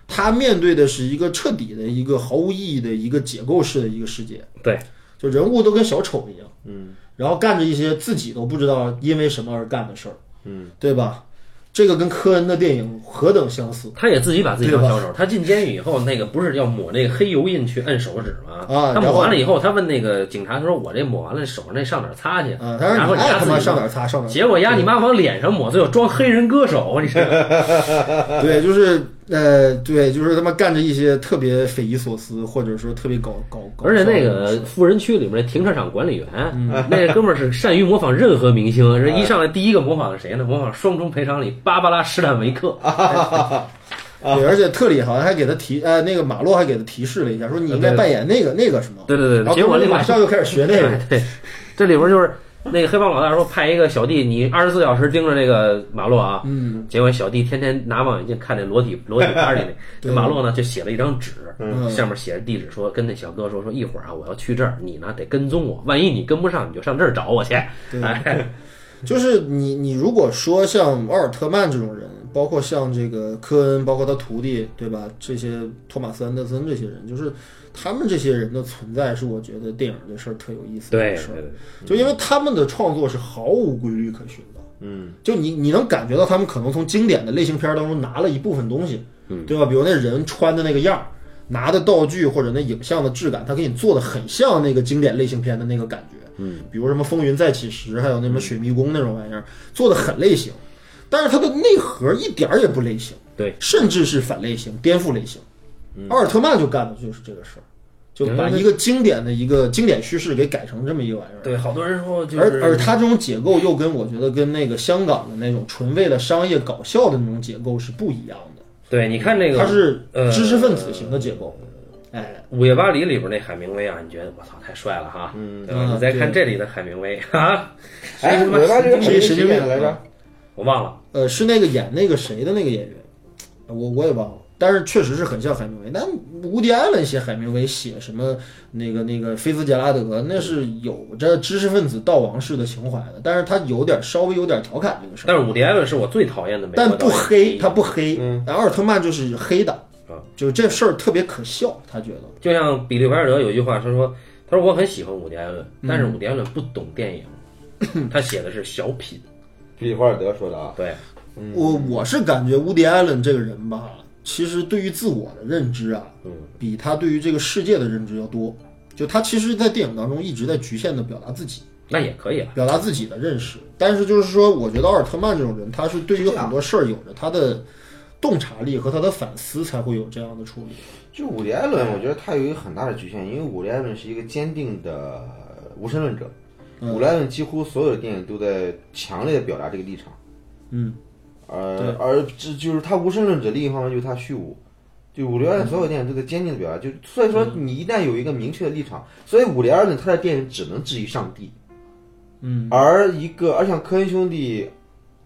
Speaker 1: 他面对的是一个彻底的一个毫无意义的一个解构式的一个世界，
Speaker 2: 对，
Speaker 1: 就人物都跟小丑一样，
Speaker 3: 嗯，
Speaker 1: 然后干着一些自己都不知道因为什么而干的事儿，
Speaker 3: 嗯，
Speaker 1: 对吧？这个跟科恩的电影何等相似
Speaker 2: 他也自己把自己当
Speaker 1: 对吧
Speaker 2: 小丑。他进监狱以后，那个不是要抹那个黑油印去摁手指吗？
Speaker 1: 啊
Speaker 2: 他
Speaker 1: 然
Speaker 2: 抹
Speaker 1: 后
Speaker 2: 完了以后，他问那个警察，他说：“我这抹完了，手上那上哪儿擦去？”
Speaker 1: 啊！他
Speaker 2: 然
Speaker 1: 说
Speaker 2: 后
Speaker 1: 你爱
Speaker 2: 丫
Speaker 1: 他
Speaker 2: 自
Speaker 1: 妈
Speaker 2: 己
Speaker 1: 上哪
Speaker 2: 上
Speaker 1: 儿擦上哪儿擦
Speaker 2: 结果丫你妈往脸上抹，最后装黑人歌手，你说
Speaker 1: 对，就是呃，对，就是他妈干着一些特别匪夷所思，或者说特别搞搞搞笑
Speaker 2: 而
Speaker 1: 的
Speaker 2: 且
Speaker 1: 事儿。
Speaker 2: 那个富人区里面那停车场管理员，
Speaker 1: 嗯
Speaker 2: 那哥们儿是善于模仿任何明 星。人一上来第一个模仿的谁呢？模仿《双重赔偿》里芭芭拉·史坦维 克。啊
Speaker 1: 对，而且特里好像还给他提，呃，那个马洛还给他提示了一下，说你应该扮演那个那个什么。
Speaker 2: 对对对
Speaker 1: 然
Speaker 2: 对，
Speaker 1: 后
Speaker 2: 结果
Speaker 1: 哥
Speaker 2: 那
Speaker 1: 们儿
Speaker 2: 个
Speaker 1: 马上就开始学那个，
Speaker 2: 对，这里边就是那个黑帮老大说派一个小弟，你二十四小时盯着那个马洛啊。
Speaker 1: 嗯，
Speaker 2: 结果小弟天天拿望远镜看那裸 体裸体片儿里那
Speaker 1: 对
Speaker 2: 马洛呢，就写了一张纸，
Speaker 1: 嗯
Speaker 2: 上面写着地址，说跟那小哥说说一会儿啊，我要去这儿，你呢得跟踪我，万一你跟不上，你就上这儿找我去。
Speaker 1: 对
Speaker 2: 哎，
Speaker 1: 就是你你如果说像奥尔特曼这种人，包括像这个科恩，包括他徒弟，对吧？这些托马斯安德森这些人，就是他们这些人的存在，是我觉得电影这事儿特有意思的
Speaker 2: 对
Speaker 1: 事儿
Speaker 2: 对，对
Speaker 1: 就因为他们的创作是毫无规律可循的。
Speaker 3: 嗯
Speaker 1: 就你你能感觉到他们可能从经典的类型片当中拿了一部分东西，
Speaker 2: 嗯
Speaker 1: 对吧？比如那人穿的那个样儿，拿的道具或者那影像的质感，他给你做的很像那个经典类型片的那个感觉。
Speaker 3: 嗯，
Speaker 1: 比如什么《风云再起时》，还有那什么《水迷宫》那种玩意儿，做的很类型，但是它的内核一点儿也不类型，
Speaker 2: 对，
Speaker 1: 甚至是反类型、颠覆类型。
Speaker 3: 嗯
Speaker 1: 奥尔特曼就干的就是这个事儿，就把一个经典的一个经典叙事给改成这么一个玩意儿。
Speaker 2: 对，好多人说就
Speaker 1: 而而
Speaker 2: 是
Speaker 1: 它这种解构又跟我觉得跟那个香港的那种纯为了商业搞笑的那种解构是不一样的，
Speaker 2: 对，你看那个
Speaker 1: 它是
Speaker 2: 呃
Speaker 1: 知识分子型的解构。哎，
Speaker 2: 《午夜巴黎》里边那海明威啊，你觉得我操太帅了哈，嗯，对吧？
Speaker 1: 嗯
Speaker 2: 你再看
Speaker 1: 对
Speaker 2: 这里的海明威啊，
Speaker 3: 哎，尾巴这个
Speaker 1: 谁神经病
Speaker 3: 演的来着？
Speaker 2: 我忘了，
Speaker 1: 呃，是那个演那个谁的那个演员，我我也忘了，但是确实是很像海明威。但无迪艾伦写海明威写什么那个那个菲茨杰拉德，那是有着知识分子道王式的情怀的，但是他有点稍微有点调侃这个事儿，
Speaker 2: 但是伍迪·艾伦是我最讨厌的美国
Speaker 1: 但
Speaker 2: 导
Speaker 1: 不
Speaker 2: 演
Speaker 1: 黑，他不黑。
Speaker 3: 嗯
Speaker 1: 然后奥尔特曼就是黑的
Speaker 2: 啊，
Speaker 1: 就这事儿特别可笑，他觉得。
Speaker 2: 就像比利·怀尔德有一句话，他说：“他说我很喜欢伍迪·艾伦，但
Speaker 1: 嗯
Speaker 2: 是伍迪·艾伦不懂电影， 他写的是小品。
Speaker 3: 比利华尔德说的啊，
Speaker 2: 对，
Speaker 1: 我我是感觉乌迪艾伦这个人吧，其实对于自我的认知啊，
Speaker 2: 嗯，
Speaker 1: 比他对于这个世界的认知要多。就他其实，在电影当中一直在局限的表达自己，
Speaker 2: 那也可以啊了。
Speaker 1: 表达自己的认识。但是就是说，我觉得奥尔特曼这种人，他是对于
Speaker 3: 是这样
Speaker 1: 很多事儿有着他的洞察力和他的反思，才会有这样的处理。
Speaker 3: 就伍迪·艾伦，我觉得他有一个很大的局限，因为伍迪·艾伦是一个坚定的无神论者，
Speaker 1: 嗯
Speaker 3: 伍迪·艾伦几乎所有的电影都在强烈的表达这个立场，
Speaker 1: 嗯，对
Speaker 3: 而而这就是他无神论者，另一方面就是他虚无。就伍迪·
Speaker 1: 嗯
Speaker 3: 艾伦所有电影都在坚定的表达，就所以说你一旦有一个明确的立场，所以伍迪·艾伦他的电影只能质疑上帝，
Speaker 1: 嗯
Speaker 3: 而一个而像科恩兄弟，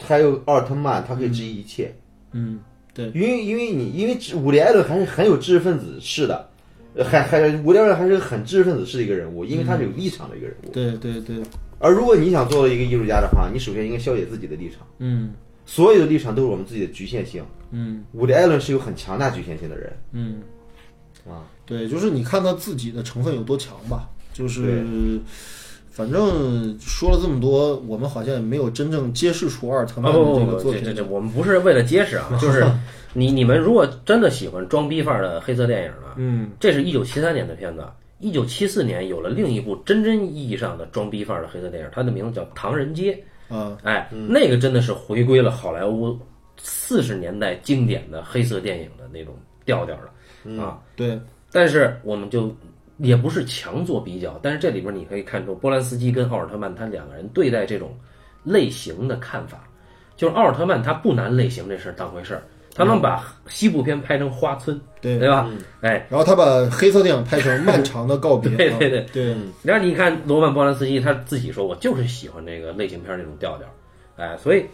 Speaker 3: 还有奥尔特曼，他可以质疑一切，
Speaker 1: 嗯，对
Speaker 3: 因为因为你因为伍迪艾伦还是很有知识分子式的，呃还还伍迪艾伦还是个很知识分子式的一个人物，因为他是有
Speaker 1: 嗯
Speaker 3: 立场的一个人物。
Speaker 1: 对对对，
Speaker 3: 而如果你想做一个艺术家的话，你首先应该消解自己的立场，
Speaker 1: 嗯
Speaker 3: 所有的立场都是我们自己的局限性。
Speaker 1: 嗯
Speaker 3: 伍迪艾伦是有很强大局限性的人
Speaker 1: 嗯，
Speaker 3: 啊，
Speaker 1: 对，就是你看他自己的成分有多强吧，就是。反正说了这么多，我们好像也没有真正揭示出阿尔特
Speaker 2: 啊
Speaker 1: 曼的
Speaker 2: 不不
Speaker 1: 这
Speaker 2: 不
Speaker 1: 个
Speaker 2: 不，
Speaker 1: 作
Speaker 2: 这
Speaker 1: 品
Speaker 2: 这。这，我们不是为了 揭示啊，就是你你们如果真的喜欢装逼范儿的黑色电影啊，
Speaker 1: 嗯，
Speaker 2: 这是一九七三年的片子，一九七四年有了另一部真正意义上的装逼范儿的黑色电影，它的名字叫《唐人街》。
Speaker 1: 啊，
Speaker 2: 哎，那个真的是回归了好莱坞四十年代经典的黑色电影的那种调调
Speaker 1: 嗯
Speaker 2: 了啊。
Speaker 1: 对，
Speaker 2: 但是我们就也不是强做比较，但是这里边你可以看出波兰斯基跟奥尔特曼他两个人对待这种类型的看法，就是奥尔特曼他不拿类型这事儿当回事儿，他能把西部片拍成花村，
Speaker 1: 对
Speaker 2: 对吧？哎，。
Speaker 1: 然后他把黑色电影拍成漫长的告别
Speaker 2: 对对嗯对
Speaker 1: 啊对，
Speaker 2: 然后你看罗曼·波兰斯基他自己说，我就是喜欢这个类型片这种调调，哎，所以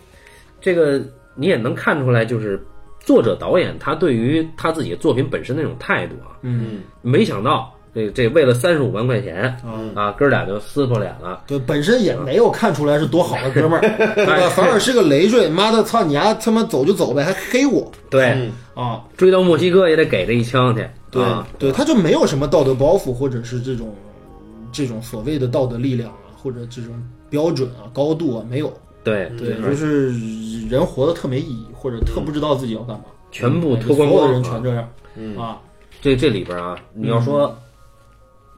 Speaker 2: 这个你也能看出来，就是作者导演他对于他自己的作品本身那种态度啊，
Speaker 1: 嗯
Speaker 2: 没想到这这为了三十五万块钱
Speaker 1: 啊，
Speaker 2: 啊，哥俩就撕破脸了。
Speaker 1: 对，本身也没有看出来是多好的哥们儿， 对吧？反而是个累赘，妈的，操你丫、他妈走就走呗，还黑我
Speaker 2: 对，
Speaker 1: 啊！
Speaker 2: 追到墨西哥也得给这一枪去。
Speaker 1: 对、
Speaker 2: 啊
Speaker 1: 对，他就没有什么道德包袱，或者是这种这种所谓的道德力量啊，或者这种标准啊、高度啊，没有。
Speaker 2: 对
Speaker 1: 对，就是人活得特没意义，或者特不知道自己要干嘛，
Speaker 2: 嗯
Speaker 1: 嗯
Speaker 2: 全部脱光
Speaker 1: 所有的
Speaker 2: 光
Speaker 1: 人
Speaker 2: 啊
Speaker 1: 全嗯这样、啊。
Speaker 2: 这这里边啊，你要说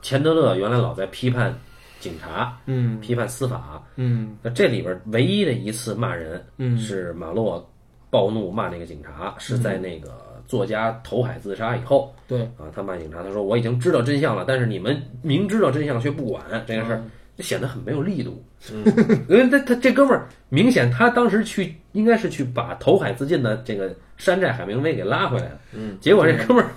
Speaker 2: 钱德勒原来老在批判警察、
Speaker 1: 嗯
Speaker 2: 批判司法，
Speaker 1: 嗯
Speaker 2: 那这里边唯一的一次骂人，
Speaker 1: 嗯
Speaker 2: 是马洛暴怒骂那个警察，是在那个作家投海自杀以后
Speaker 1: 对，
Speaker 2: 啊，他骂警察，他说我已经知道真相了，但是你们明知道真相却不管这个事儿，
Speaker 1: 嗯
Speaker 2: 就显得很没有力度。因为他他这哥们儿明显他当时去应该是去把投海自尽的这个山寨海明威给拉回来了，嗯，结果这哥们儿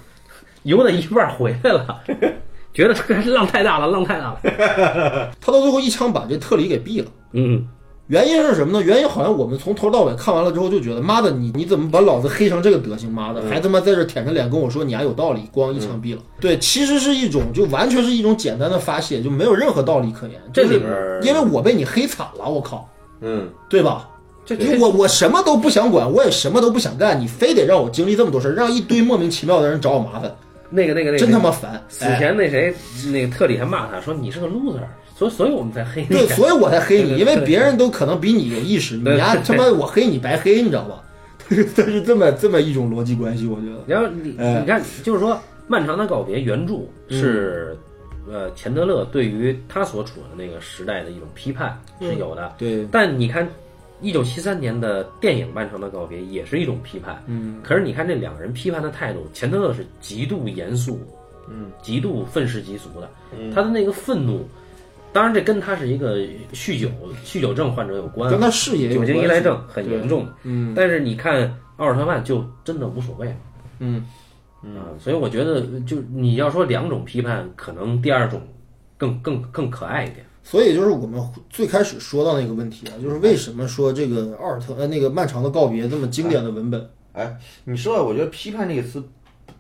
Speaker 2: 游到一半儿回来了， 觉得这个浪太大了，浪太大了，
Speaker 1: 嗯他到最后一枪把这特里给毙了。
Speaker 2: 嗯。
Speaker 1: 原因是什么呢？原因好像我们从头到尾看完了之后就觉得，妈的你你怎么把老子黑成这个德行？妈的，
Speaker 2: 嗯
Speaker 1: 还他妈在这舔着脸跟我说你还有道理，光一枪毙了。对，其实是一种就完全是一种简单的发泄，就没有任何道理可言。
Speaker 2: 这
Speaker 1: 就是
Speaker 2: 里边儿
Speaker 1: 因为我被你黑惨了，我靠，
Speaker 3: 嗯，
Speaker 1: 对吧？
Speaker 2: 这
Speaker 1: 你我我什么都不想管，我也什么都不想干，你非得让我经历这么多事儿，让一堆莫名其妙的人找我麻烦，
Speaker 2: 那个那个那个，
Speaker 1: 真他妈烦。
Speaker 2: 死
Speaker 1: 哎，
Speaker 2: 前那谁那个特里还骂他说你是个 loser，所以所以我们才黑你。
Speaker 1: 对，所以我才黑你，
Speaker 2: 对
Speaker 1: 因为别人都可能比你有意识，你
Speaker 2: 对
Speaker 1: 呀
Speaker 2: 对
Speaker 1: 他妈我黑你白黑，你知道吧？ 他是他是这么这么一种逻辑关系，我觉得。
Speaker 2: 然后你
Speaker 1: 哎
Speaker 2: 你看，就是说《漫长的告别》原著是呃钱德勒对于他所处的那个时代的一种批判是有的，
Speaker 1: 对，
Speaker 2: 但你看。一九七三年的电影《漫长的告别》也是一种批判，嗯，可是你看这两个人批判的态度，钱德勒是极度严肃，嗯，极度愤世嫉俗的，他的那个愤怒，当然这跟他是一个酗酒酗酒症患者有关啊，
Speaker 1: 跟他视野有
Speaker 2: 酒
Speaker 1: 关系
Speaker 2: 精依赖症很严重的。嗯，但是你看奥尔特曼就真的无所谓了。
Speaker 1: 嗯
Speaker 2: 啊，所以我觉得就你要说两种批判，可能第二种更更更可爱一点。
Speaker 1: 所以就是我们最开始说到那个问题啊，就是为什么说这个奥尔特呃那个漫长的告别这么经典的文本？
Speaker 3: 哎，你说啊，我觉得批判这个词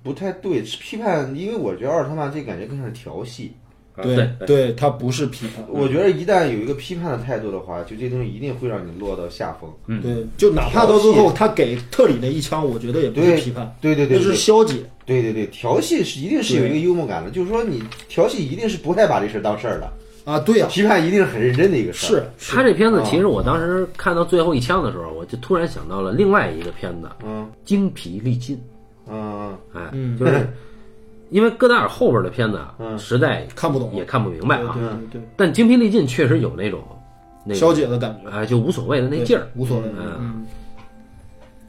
Speaker 3: 不太对，批判，因为我觉得奥尔特曼这感觉更像是调戏。
Speaker 2: 啊、
Speaker 1: 对对，它不是批判。
Speaker 3: 我觉得一旦有一个批判的态度的话，就这东西一定会让你落到下风。
Speaker 1: 对，就哪怕到最后他给特里那一枪，我觉得也不是
Speaker 3: 对
Speaker 1: 批判，
Speaker 3: 对对对
Speaker 1: 那是
Speaker 3: 对
Speaker 1: 消解。
Speaker 3: 对对对，调戏是一定是有一个幽默感的，就是说你调戏一定是不太把这事儿当事儿的，
Speaker 1: 啊，对呀，
Speaker 3: 批判一定是很认真的一个事儿。
Speaker 1: 是啊
Speaker 2: 他这片子，其实我当时看到最后一枪的时候，我就突然想到了另外一个片子，嗯，精疲力尽，
Speaker 3: 嗯，
Speaker 2: 哎，就是因为戈达尔后边的片子啊，实在
Speaker 1: 看不懂
Speaker 2: 也看不明白啊，
Speaker 1: 对对对
Speaker 2: 但精疲力尽确实有那种
Speaker 1: 对，
Speaker 2: 那个
Speaker 1: 消解的感觉。
Speaker 2: 哎，就无所谓的那劲儿，
Speaker 1: 无所谓。
Speaker 2: 嗯，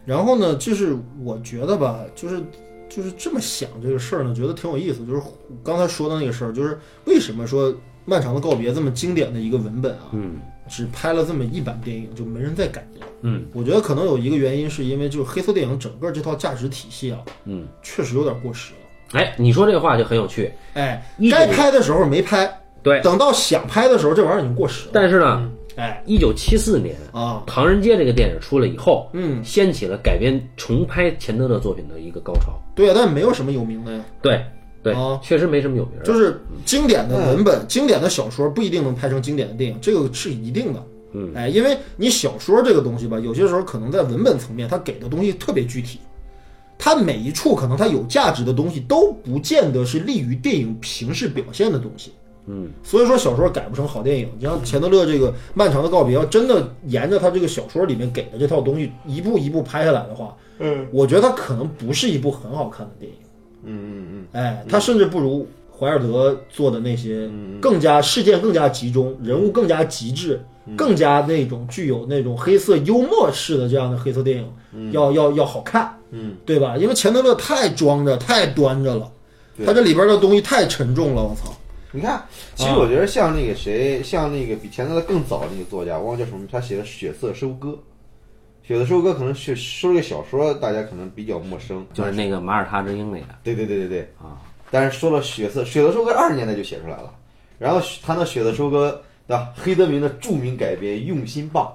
Speaker 1: 然后呢，就是我觉得吧，就是就是这么想这个事儿呢，觉得挺有意思。就是刚才说的那个事儿，就是为什么说《漫长的告别》这么经典的一个文本啊，
Speaker 2: 嗯
Speaker 1: 只拍了这么一版电影，就没人再改了。
Speaker 2: 嗯
Speaker 1: 我觉得可能有一个原因，是因为就是黑色电影整个这套价值体系啊，
Speaker 2: 嗯，
Speaker 1: 确实有点过时了。
Speaker 2: 哎，你说这话就很有趣，
Speaker 1: 哎
Speaker 2: 一，种
Speaker 1: 该拍的时候没拍，
Speaker 2: 对。嗯
Speaker 1: 等到想拍的时候，这玩意儿已经过时了。
Speaker 2: 但是呢，
Speaker 1: 哎
Speaker 2: 一九七四年
Speaker 1: 啊，
Speaker 2: 《唐人街》这个电影出来以后，
Speaker 1: 嗯，
Speaker 2: 掀起了改编重拍钱德勒作品的一个高潮。
Speaker 1: 对啊，但没有什么有名的呀，
Speaker 2: 对对
Speaker 1: 哦，
Speaker 2: 确实没什么有名儿的。
Speaker 1: 就是经典
Speaker 2: 嗯
Speaker 1: 的文本、经典的小说不一定能拍成经典的电影，这个是一定的。
Speaker 2: 嗯，
Speaker 1: 哎，因为你小说这个东西吧，有些时候可能在文本层面，它给的东西特别具体，它每一处可能它有价值的东西都不见得是利于电影形式表现的东西。
Speaker 2: 嗯，
Speaker 1: 所以说小说改不成好电影。你像钱德勒这个《漫长的告别》，要真的沿着他这个小说里面给的这套东西一步一步拍下来的话，
Speaker 3: 嗯，
Speaker 1: 我觉得它可能不是一部很好看的电影。
Speaker 3: 嗯嗯
Speaker 1: 哎，他甚至不如怀尔德做的那些
Speaker 3: 嗯
Speaker 1: 更加事件更加集中，人物更加极致，
Speaker 3: 嗯
Speaker 1: 更加那种具有那种黑色幽默式的这样的黑色电影，要要要好看，
Speaker 3: 嗯，
Speaker 1: 对吧？因为钱德勒太装着，太端着了，
Speaker 3: 对
Speaker 1: 他这里边的东西太沉重了，我操！
Speaker 3: 你看，其实我
Speaker 1: 啊
Speaker 3: 觉得像那个谁，像那个比钱德勒更早的那个作家，忘了叫什么，他写的《血色收割》。血色收割可能是收这个小说，大家可能比较陌生。
Speaker 2: 就是那个马耳他之鹰那个，
Speaker 3: 对对对对对
Speaker 2: 啊！
Speaker 3: 但是说了血色，血色收割二十年代就写出来了，然后他那血色收割对吧？黑泽明的著名改编用心棒，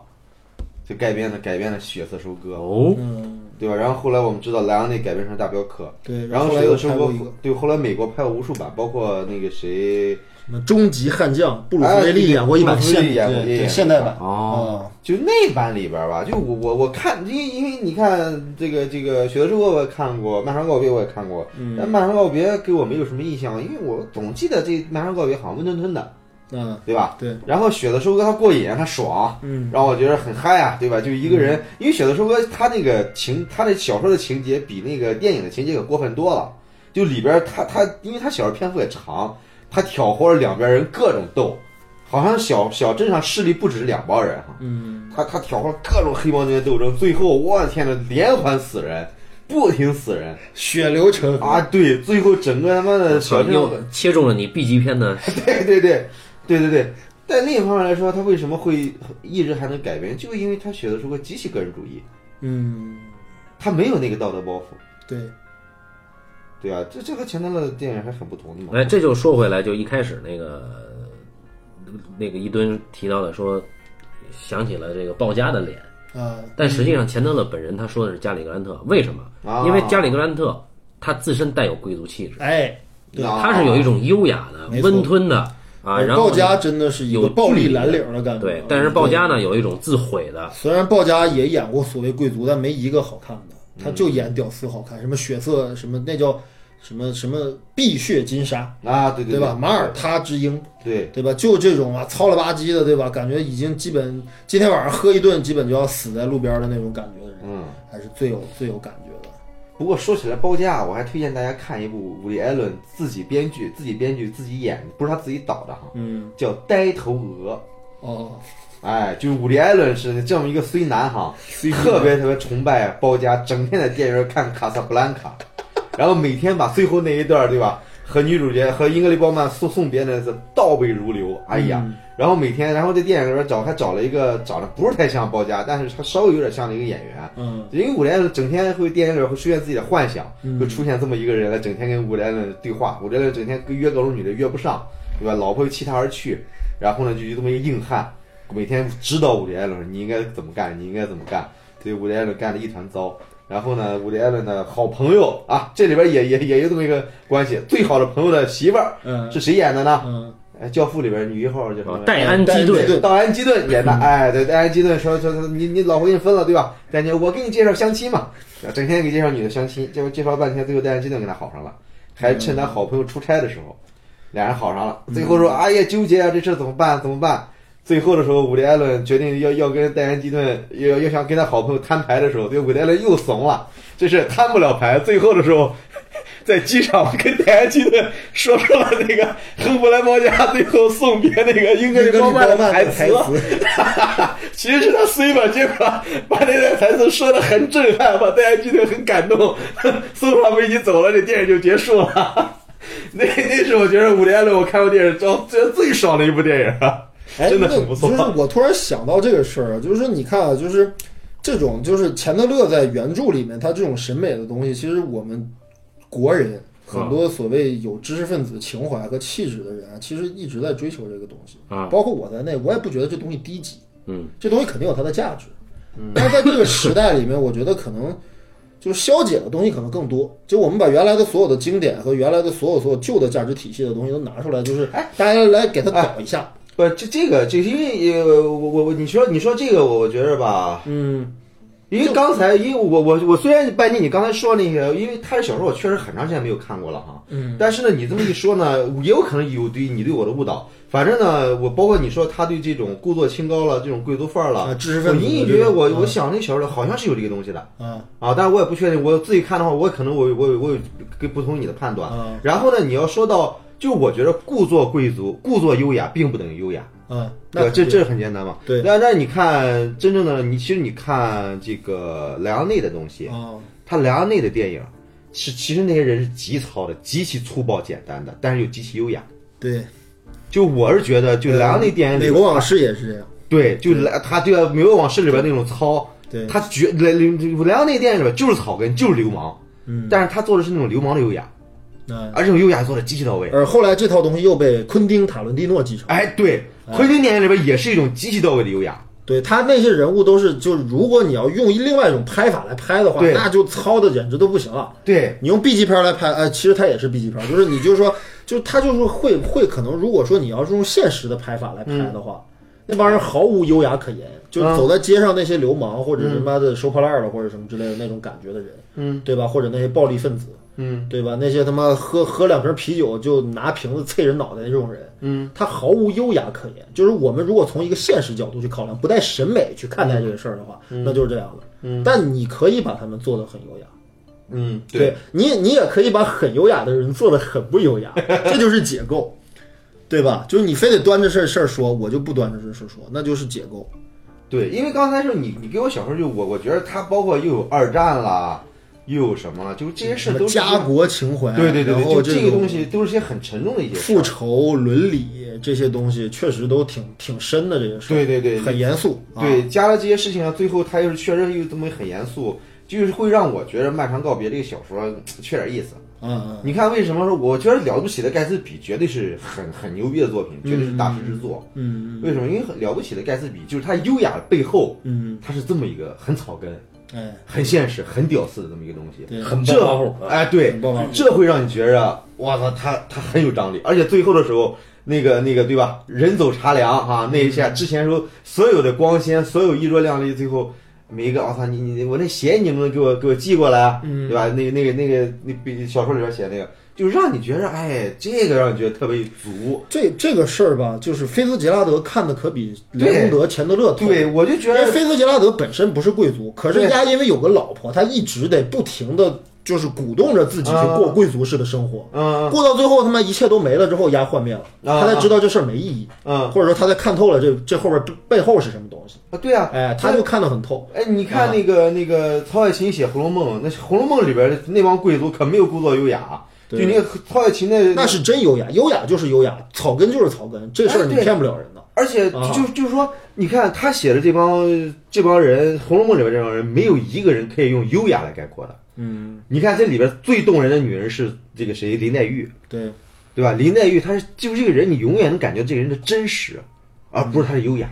Speaker 3: 就改编的改编的血色收割，
Speaker 2: 哦，
Speaker 1: 嗯，
Speaker 3: 对吧？然后后来我们知道莱昂内改编成大镖客，
Speaker 1: 对。
Speaker 3: 然后
Speaker 1: 后来
Speaker 3: 血
Speaker 1: 又
Speaker 3: 色收
Speaker 1: 拍过
Speaker 3: 割
Speaker 1: 一个
Speaker 3: 对，后来美国拍过无数版，包括那个谁，
Speaker 1: 什么《终极悍将》，布鲁斯
Speaker 3: 哎
Speaker 1: 威利
Speaker 3: 对
Speaker 1: 演过一版
Speaker 3: 布鲁斯威利
Speaker 1: 现
Speaker 3: 演
Speaker 1: 对
Speaker 3: 过也
Speaker 1: 对
Speaker 3: 演
Speaker 1: 现
Speaker 3: 过
Speaker 1: 代版
Speaker 2: 哦
Speaker 1: 啊
Speaker 3: 就那版里边儿吧，就我我我看，因为因为你看这个这个《雪的收割》我也看过，《漫长告别》我也看过，但《漫长告别》给我没有什么印象，因为我总记得这《漫长告别》好像温吞吞的，
Speaker 1: 嗯，
Speaker 3: 对吧？
Speaker 1: 对，
Speaker 3: 然后《雪的收割》它过瘾，它爽，
Speaker 1: 嗯，
Speaker 3: 让我觉得很嗨啊，对吧？就一个人，因为《雪的收割》它那个情，它的小说的情节比那个电影的情节可过分多了，就里边儿它它，因为它小说篇幅也长，它挑拨了两边人各种斗，好像小小镇上势力不只是两帮人哈。
Speaker 1: 嗯，
Speaker 3: 他他挑拨各种黑帮之间斗争，最后我的天呐，连环死人，不停死人
Speaker 1: 血流成河
Speaker 3: 啊！对，最后整个他妈的小镇，
Speaker 2: 又切中了你 B 级片的，
Speaker 3: 对对对对对对。但另一方面来说，他为什么会一直还能改变，就是因为他写的是个极其个人主义，
Speaker 1: 嗯，
Speaker 3: 他没有那个道德包袱，
Speaker 1: 对，
Speaker 3: 对吧？这这和钱德勒的电影还很不同的嘛。
Speaker 2: 哎，这就说回来，就一开始那个那个一吨提到的说，想起了这个鲍家的脸，
Speaker 1: 啊，
Speaker 2: 但实际上钱德勒本人他说的是加里格兰特，为什么？
Speaker 3: 啊
Speaker 2: 因为加里格兰特他自身带有贵族气质，
Speaker 1: 哎，对
Speaker 3: 啊
Speaker 2: 他是有一种优雅的
Speaker 1: 没、错
Speaker 2: 温吞的啊，然后
Speaker 1: 鲍家真的是一个
Speaker 2: 有
Speaker 1: 暴力
Speaker 2: 距离
Speaker 1: 蓝领的感觉。啊
Speaker 2: 对，但是鲍家呢有一种自毁的
Speaker 1: 虽然鲍家也演过所谓贵族，但没一个好看的，他
Speaker 2: 嗯
Speaker 1: 就演屌丝好看，什么血色什么那叫什么什么碧血金沙，
Speaker 3: 啊，对
Speaker 1: 对
Speaker 3: 对
Speaker 1: 吧？马耳他之鹰，
Speaker 3: 对，
Speaker 1: 对吧？就这种啊，糙了吧唧的，对吧？感觉已经基本今天晚上喝一顿，基本就要死在路边的那种感觉的人，
Speaker 3: 嗯。
Speaker 1: 还是最有最有感觉的。
Speaker 3: 不过说起来包家，我还推荐大家看一部伍迪·艾伦自己编剧、自己编剧、自己演的，不是他自己导的哈，
Speaker 1: 嗯，
Speaker 3: 叫《呆头鹅》。
Speaker 1: 哦，
Speaker 3: 哎，就是伍迪·艾伦是这么一个虽男哈，特别特别崇拜包家，整天在电影院看《卡萨布兰卡》，然后每天把最后那一段儿对吧，和女主角和英格丽·褒曼送送别那次倒背如流，哎呀，然后每天然后在电影里边找还找了一个长得不是太像包家，但是他稍微有点像的一个演员。
Speaker 1: 嗯，
Speaker 3: 因为伍迪·艾伦整天会电影里边会出现自己的幻想，
Speaker 1: 嗯
Speaker 3: 会出现这么一个人来整天跟伍迪·艾伦对话，伍迪·艾伦整天跟约各种女的约不上，对吧？老婆又弃他而去，然后呢，就这么一个硬汉，每天指导伍迪·艾伦你应该怎么干，你应该怎么干，所以伍迪·艾伦干得一团糟。然后呢，伍迪·艾伦的好朋友啊，这里边也也也有这么一个关系，最好的朋友的媳妇儿
Speaker 1: 嗯，
Speaker 3: 是谁演的呢？
Speaker 1: 嗯，
Speaker 3: 哎，《教父》里边女一号叫什么
Speaker 2: 啊
Speaker 3: 来着？
Speaker 2: 戴安基
Speaker 1: 戴安基
Speaker 2: 顿
Speaker 1: 顿
Speaker 3: 道安基顿演的，哎，对，道安基顿说说说你你老婆给你分了对吧？感觉我给你介绍相亲嘛，整天给介绍女的相亲，结果介绍半天，最后道安基顿跟他好上了，还趁他好朋友出差的时候，俩人好上了。最后说哎呀纠结啊，这事儿怎么办？怎么办？最后的时候，伍迪艾伦决定要要跟戴安基顿要要想跟他好朋友摊牌的时候，对伍迪艾伦又怂了，这是摊不了牌。最后的时候， 在机场跟戴安基顿说出了那个亨伯莱包家最后送别那个英格
Speaker 1: 英
Speaker 3: 丽
Speaker 1: 格丽
Speaker 3: 褒曼
Speaker 1: 褒
Speaker 3: 的
Speaker 1: 曼
Speaker 3: 台
Speaker 1: 的台
Speaker 3: 词，
Speaker 1: 词。
Speaker 3: 其实是他虽吧，结果把那段台词说的很震撼，把戴安基顿很感动， 送上飞机走了，这电影就结束了。那那是我觉得伍迪艾伦我看过电影中觉得最爽的一部电影啊了，
Speaker 1: 哎，
Speaker 3: 真的很不错
Speaker 1: 那就是我突然想到这个事儿，就是你看啊，就是这种就是钱德勒在原著里面他这种审美的东西，其实我们国
Speaker 3: 嗯
Speaker 1: 人很多所谓有知识分子情怀和气质的人啊，其实一直在追求这个东西。
Speaker 2: 啊，
Speaker 1: 包括我在内，我也不觉得这东西低级。
Speaker 2: 嗯，
Speaker 1: 这东西肯定有它的价值。
Speaker 3: 嗯
Speaker 1: 但是在这个时代里面，我觉得可能就是消解的东西可能更多。就我们把原来的所有的经典和原来的所有所有旧的价值体系的东西都拿出来，就是大家来给它搞一下。
Speaker 3: 不，这这个这因为呃，我我我你说你说这个，我我觉着吧，
Speaker 1: 嗯，
Speaker 3: 因为刚才，因为我我我虽然半斤，你刚才说那些，因为他的小说我确实很长时间没有看过了哈。嗯。但是呢，你这么一说呢，也有可能有对你对我的误导。反正呢，我包括你说他对这种故作清高了，这种贵族范儿了，
Speaker 1: 啊知识分子
Speaker 3: 我隐隐
Speaker 1: 的
Speaker 3: 约
Speaker 1: 这
Speaker 3: 约
Speaker 1: 种
Speaker 3: 我
Speaker 1: 嗯
Speaker 3: 我想那小说好像是有这个东西的
Speaker 1: 啊
Speaker 3: 啊，但是我也不确定。我自己看的话，我可能我我我有跟不同意你的判断。
Speaker 1: 啊
Speaker 3: 然后呢，你要说到，就我觉得故作贵族、故作优雅，并不等于优雅。
Speaker 1: 啊，
Speaker 3: 对
Speaker 1: 那
Speaker 3: 吧？这这很简单嘛。
Speaker 1: 对
Speaker 3: 那那你看，真正的你，其实你看这个莱昂内的东西，
Speaker 1: 啊
Speaker 3: 他莱昂内的电影是其实那些人是极糙的、极其粗暴、简单的，但是又极其优雅。
Speaker 1: 对，
Speaker 3: 就我是觉得，就莱昂内电影里
Speaker 1: 美
Speaker 3: 边，
Speaker 1: 国往事也是这样。
Speaker 3: 对，就莱他这个《美国往事》里边那种糙，
Speaker 1: 对
Speaker 3: 他绝莱莱昂内电影里边就是草根，就是流氓，
Speaker 1: 嗯，
Speaker 3: 但是他做的是那种流氓的优雅，
Speaker 1: 那
Speaker 3: 而这种优雅做的极其到位。
Speaker 1: 而后来这套东西又被昆汀·塔伦蒂诺继承。
Speaker 3: 哎，对，昆汀电影里边也是一种极其到位的优雅。
Speaker 1: 对他那些人物都是，就是如果你要用另外一种拍法来拍的话，
Speaker 3: 对
Speaker 1: 那就糙的简直都不行了。
Speaker 3: 对，
Speaker 1: 你用 B 级片来拍，呃，其实它也是 B 级片，就是你就是说，就是他就是会会可能，如果说你要是用现实的拍法来拍
Speaker 3: 嗯
Speaker 1: 的话，那帮人毫无优雅可言，就是走在街上那些流氓或者是妈的收破烂的或者什么之类的那种感觉的人，
Speaker 3: 嗯，
Speaker 1: 对吧？或者那些暴力分子，
Speaker 3: 嗯
Speaker 1: 对吧？那些他妈喝喝两瓶啤酒就拿瓶子啐人脑袋的这种人，
Speaker 3: 嗯，
Speaker 1: 他毫无优雅可言。就是我们如果从一个现实角度去考量，不带审美去看
Speaker 3: 嗯
Speaker 1: 待这个事儿的话，那就是这样的。嗯，但你可以把他们做得很优雅，
Speaker 3: 嗯，
Speaker 1: 对你，你也可以把很优雅的人做得很不 优雅，这就是解构，对吧？就是你非得端着这事儿说，我就不端着这事儿说，那就是解构。
Speaker 3: 对，因为刚才说你，你给我小时候就我，我觉得它包括又有二战啦，又有什么了，就这些事
Speaker 1: 什
Speaker 3: 儿
Speaker 1: 么
Speaker 3: 都是
Speaker 1: 家国情怀，
Speaker 3: 对对对
Speaker 1: 然
Speaker 3: 对，
Speaker 1: 后
Speaker 3: 就这个
Speaker 1: 种
Speaker 3: 东西都是些很沉重的一些事
Speaker 1: 复
Speaker 3: 儿。
Speaker 1: 仇、伦理这些东西，确实都挺挺深的这些事儿。
Speaker 3: 对对对
Speaker 1: 很严肃。啊、
Speaker 3: 对，加了这些事情啊，最后它又是确实又这么很严肃，就是会让我觉得《漫长告别》这个小说嗯缺点意思。
Speaker 1: 嗯
Speaker 3: 你看为什么说我觉得《了不起的盖茨比》绝对是很很牛逼的作品，绝对是大师之作。
Speaker 1: 嗯
Speaker 3: 为什么？因为《了不起的盖茨比》就是它优雅背后，
Speaker 1: 嗯，
Speaker 3: 它是这么一个很草根、
Speaker 1: 嗯，哎，
Speaker 3: 很现实、很屌丝的这么一个东西。
Speaker 1: 对，
Speaker 2: 很
Speaker 3: 这
Speaker 2: 暴露啊，
Speaker 3: 哎，对
Speaker 1: 很爆发，
Speaker 3: 这会让你觉着，我操，他他很有张力，而且最后的时候，那个那个对吧，人走茶凉哈、那一下
Speaker 2: 嗯
Speaker 3: 之前说所有的光鲜，所有衣着靓丽，最后每一个，我操，你你我那鞋你能不能给我给我寄过来啊，
Speaker 2: 嗯
Speaker 3: 对吧？那个那个那个那比小说里边写那个，就让你觉着，哎，这个让你觉得特别足。
Speaker 1: 这这个事儿吧，就是菲茨杰拉德看的可比雷蒙德、钱德勒透。
Speaker 3: 对，我就觉
Speaker 1: 因为
Speaker 3: 得，
Speaker 1: 菲茨杰拉德本身不是贵族，可是人家因为有个老婆，他一直得不停的就是鼓动着自己去过
Speaker 3: 啊
Speaker 1: 贵族式的生活。
Speaker 3: 嗯
Speaker 1: 过到最后，他妈一切都没了之后，丫幻灭了，
Speaker 3: 啊
Speaker 1: 他才知道这事儿没意义，
Speaker 3: 嗯
Speaker 1: 或者说他才看透了这这后边背背后是什么东西。
Speaker 3: 啊，对啊，
Speaker 1: 哎，他就看得很透。
Speaker 3: 哎，你
Speaker 1: 啊
Speaker 3: 看那个、那个曹雪芹写《红楼梦》，那《红楼梦》里边那帮贵族可没有故作优雅，就
Speaker 1: 对
Speaker 3: 那个曹雪芹的
Speaker 1: 那，是真优雅，优雅就是优雅，草根就是草根，这事儿
Speaker 3: 哎
Speaker 1: 你
Speaker 3: 对
Speaker 1: 骗不了人的。
Speaker 3: 而且就、
Speaker 1: 啊
Speaker 3: 就是说，你看他写的这帮这帮人，《红楼梦》里边这帮人，没有一个人可以用优雅来概括的。
Speaker 1: 嗯，
Speaker 3: 你看这里边最动人的女人是这个谁，林黛玉，
Speaker 1: 对，
Speaker 3: 对吧？林黛玉她是就是这个人，你永远能感觉这个人的真实，而不是她的优雅。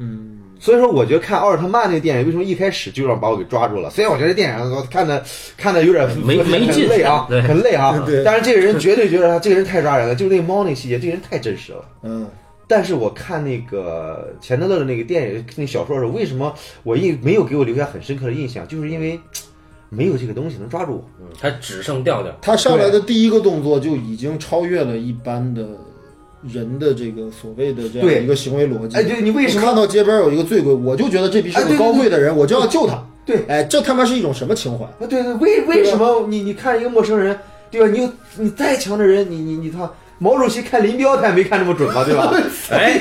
Speaker 1: 嗯，
Speaker 3: 所以说，我觉得看奥尔特曼那个电影，为什么一开始就让把我给抓住了？虽然我觉得电影我看的看的有点
Speaker 2: 没没劲
Speaker 3: 很累啊，
Speaker 2: 对
Speaker 3: 很累啊
Speaker 1: 对。
Speaker 3: 但是这个人绝对觉得他这个人太抓人了，就是那个猫那细节，这个人太真实了。
Speaker 1: 嗯，
Speaker 3: 但是我看那个钱德勒的那个电影、那小说的时候，为什么我印没有给我留下很深刻的印象？就是因为嘖没有这个东西能抓住我。
Speaker 2: 嗯它只剩调调，
Speaker 1: 他上来的第一个动作就已经超越了一般的人的这个所谓的这样
Speaker 3: 对
Speaker 1: 一个行为逻辑。
Speaker 3: 哎对你为什么
Speaker 1: 我看到街边有一个醉鬼，我就觉得这逼是
Speaker 3: 哎对
Speaker 1: 个
Speaker 3: 对
Speaker 1: 高贵的人，我就要救他。
Speaker 3: 对，
Speaker 1: 哎，这他妈是一种什么情怀？
Speaker 3: 啊，对对，为为什么你你看一个陌生人，对吧？你有你再强的人，你你你他毛主席看林彪他也没看这么准 吧，对吧？
Speaker 2: 哎，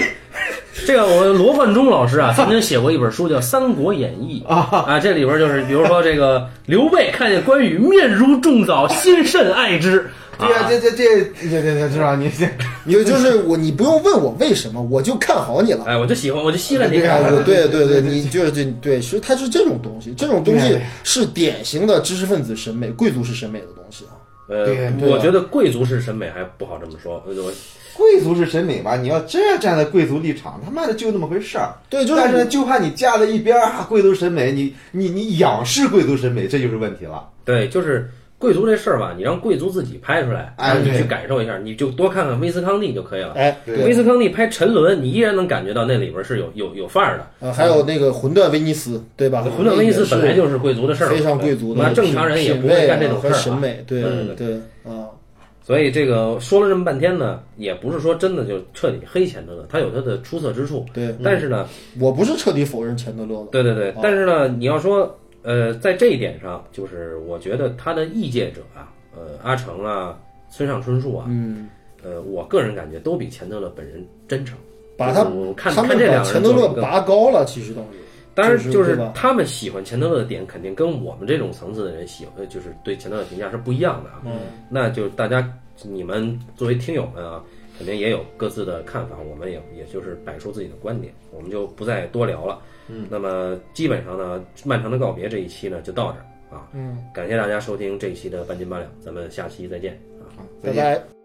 Speaker 2: 这个我罗贯中老师啊， 曾经写过一本书叫《三国演义》啊这里边就是比如说这个刘备看见关羽面如重枣，心甚爱之，啊
Speaker 3: 对呀、啊这这这这这这是吧？你这
Speaker 1: 你就是 我，你不用问我为什么，我就看好你了。
Speaker 2: 哎，我就喜欢，我就稀罕你
Speaker 3: 对
Speaker 1: 啊
Speaker 3: 呀
Speaker 2: 看，
Speaker 1: 我对对
Speaker 3: 对
Speaker 1: 对，
Speaker 3: 对
Speaker 1: 你就是这对，其实它是这种东西，这种东西是典型的知识分子审美、贵族式审美的东西啊。
Speaker 2: 呃
Speaker 3: 对对，
Speaker 2: 我觉得贵族式审美还不好这么说，呃我
Speaker 3: 贵族是审美吧？你要真站在贵族立场，他妈的就那么回事儿。
Speaker 1: 对就是
Speaker 3: 但是就怕你架在一边儿啊，贵族审美，你你你仰视贵族审美，这就是问题了。
Speaker 2: 对，就是贵族这事儿吧，你让贵族自己拍出来，
Speaker 3: 哎
Speaker 2: 让你
Speaker 3: 对
Speaker 2: 去感受一下，你就多看看威斯康蒂就可以了。
Speaker 1: 哎，
Speaker 3: 对
Speaker 2: 威斯康蒂拍沉沦，你依然能感觉到那里边是有有有范儿的。
Speaker 1: 呃，还有那个混沌威尼斯，对吧？
Speaker 2: 混沌威尼斯本来就是是贵族的事儿嘛，
Speaker 1: 非常贵族的
Speaker 2: 那正常人也
Speaker 1: 品
Speaker 2: 不
Speaker 1: 味
Speaker 2: 会
Speaker 1: 啊
Speaker 2: 干这种事
Speaker 1: 和
Speaker 2: 儿吧
Speaker 1: 审美，对
Speaker 2: 嗯
Speaker 1: 对啊，
Speaker 2: 所以这个说了这么半天呢，也不是说真的就彻底黑钱德勒，他有他的出色之处。
Speaker 1: 对嗯
Speaker 2: 但是呢，
Speaker 1: 我不是彻底否认钱德勒了，
Speaker 2: 对对对
Speaker 1: 啊，
Speaker 2: 但是呢，你要说，呃，在这一点上，就是我觉得他的异界者啊，呃，阿成啊，村上春树啊，
Speaker 1: 嗯，
Speaker 2: 呃，我个人感觉都比钱德勒本人真诚。
Speaker 1: 把他
Speaker 2: 我看
Speaker 1: 他们
Speaker 2: 看这
Speaker 1: 把
Speaker 2: 两个
Speaker 1: 钱
Speaker 2: 人
Speaker 1: 德
Speaker 2: 作
Speaker 1: 勒
Speaker 2: 品更，
Speaker 1: 拔高了，其实当时，
Speaker 2: 当然
Speaker 1: 就是
Speaker 2: 就
Speaker 1: 对
Speaker 2: 是
Speaker 1: 吧
Speaker 2: 他们喜欢钱德勒的点，肯定跟我们这种层次的人喜欢，呃就是对钱德勒的评价是不一样的啊。
Speaker 1: 嗯，
Speaker 2: 那就大家你们作为听友们啊，肯定也有各自的看法，我们也也就是摆出自己的观点，我们就不再多聊了。嗯，那么基本上呢，漫长的告别这一期呢就到这儿啊。嗯，感谢大家收听这一期的半斤八两，咱们下期再见啊。
Speaker 3: 好再
Speaker 1: 拜
Speaker 3: 见。
Speaker 1: 拜。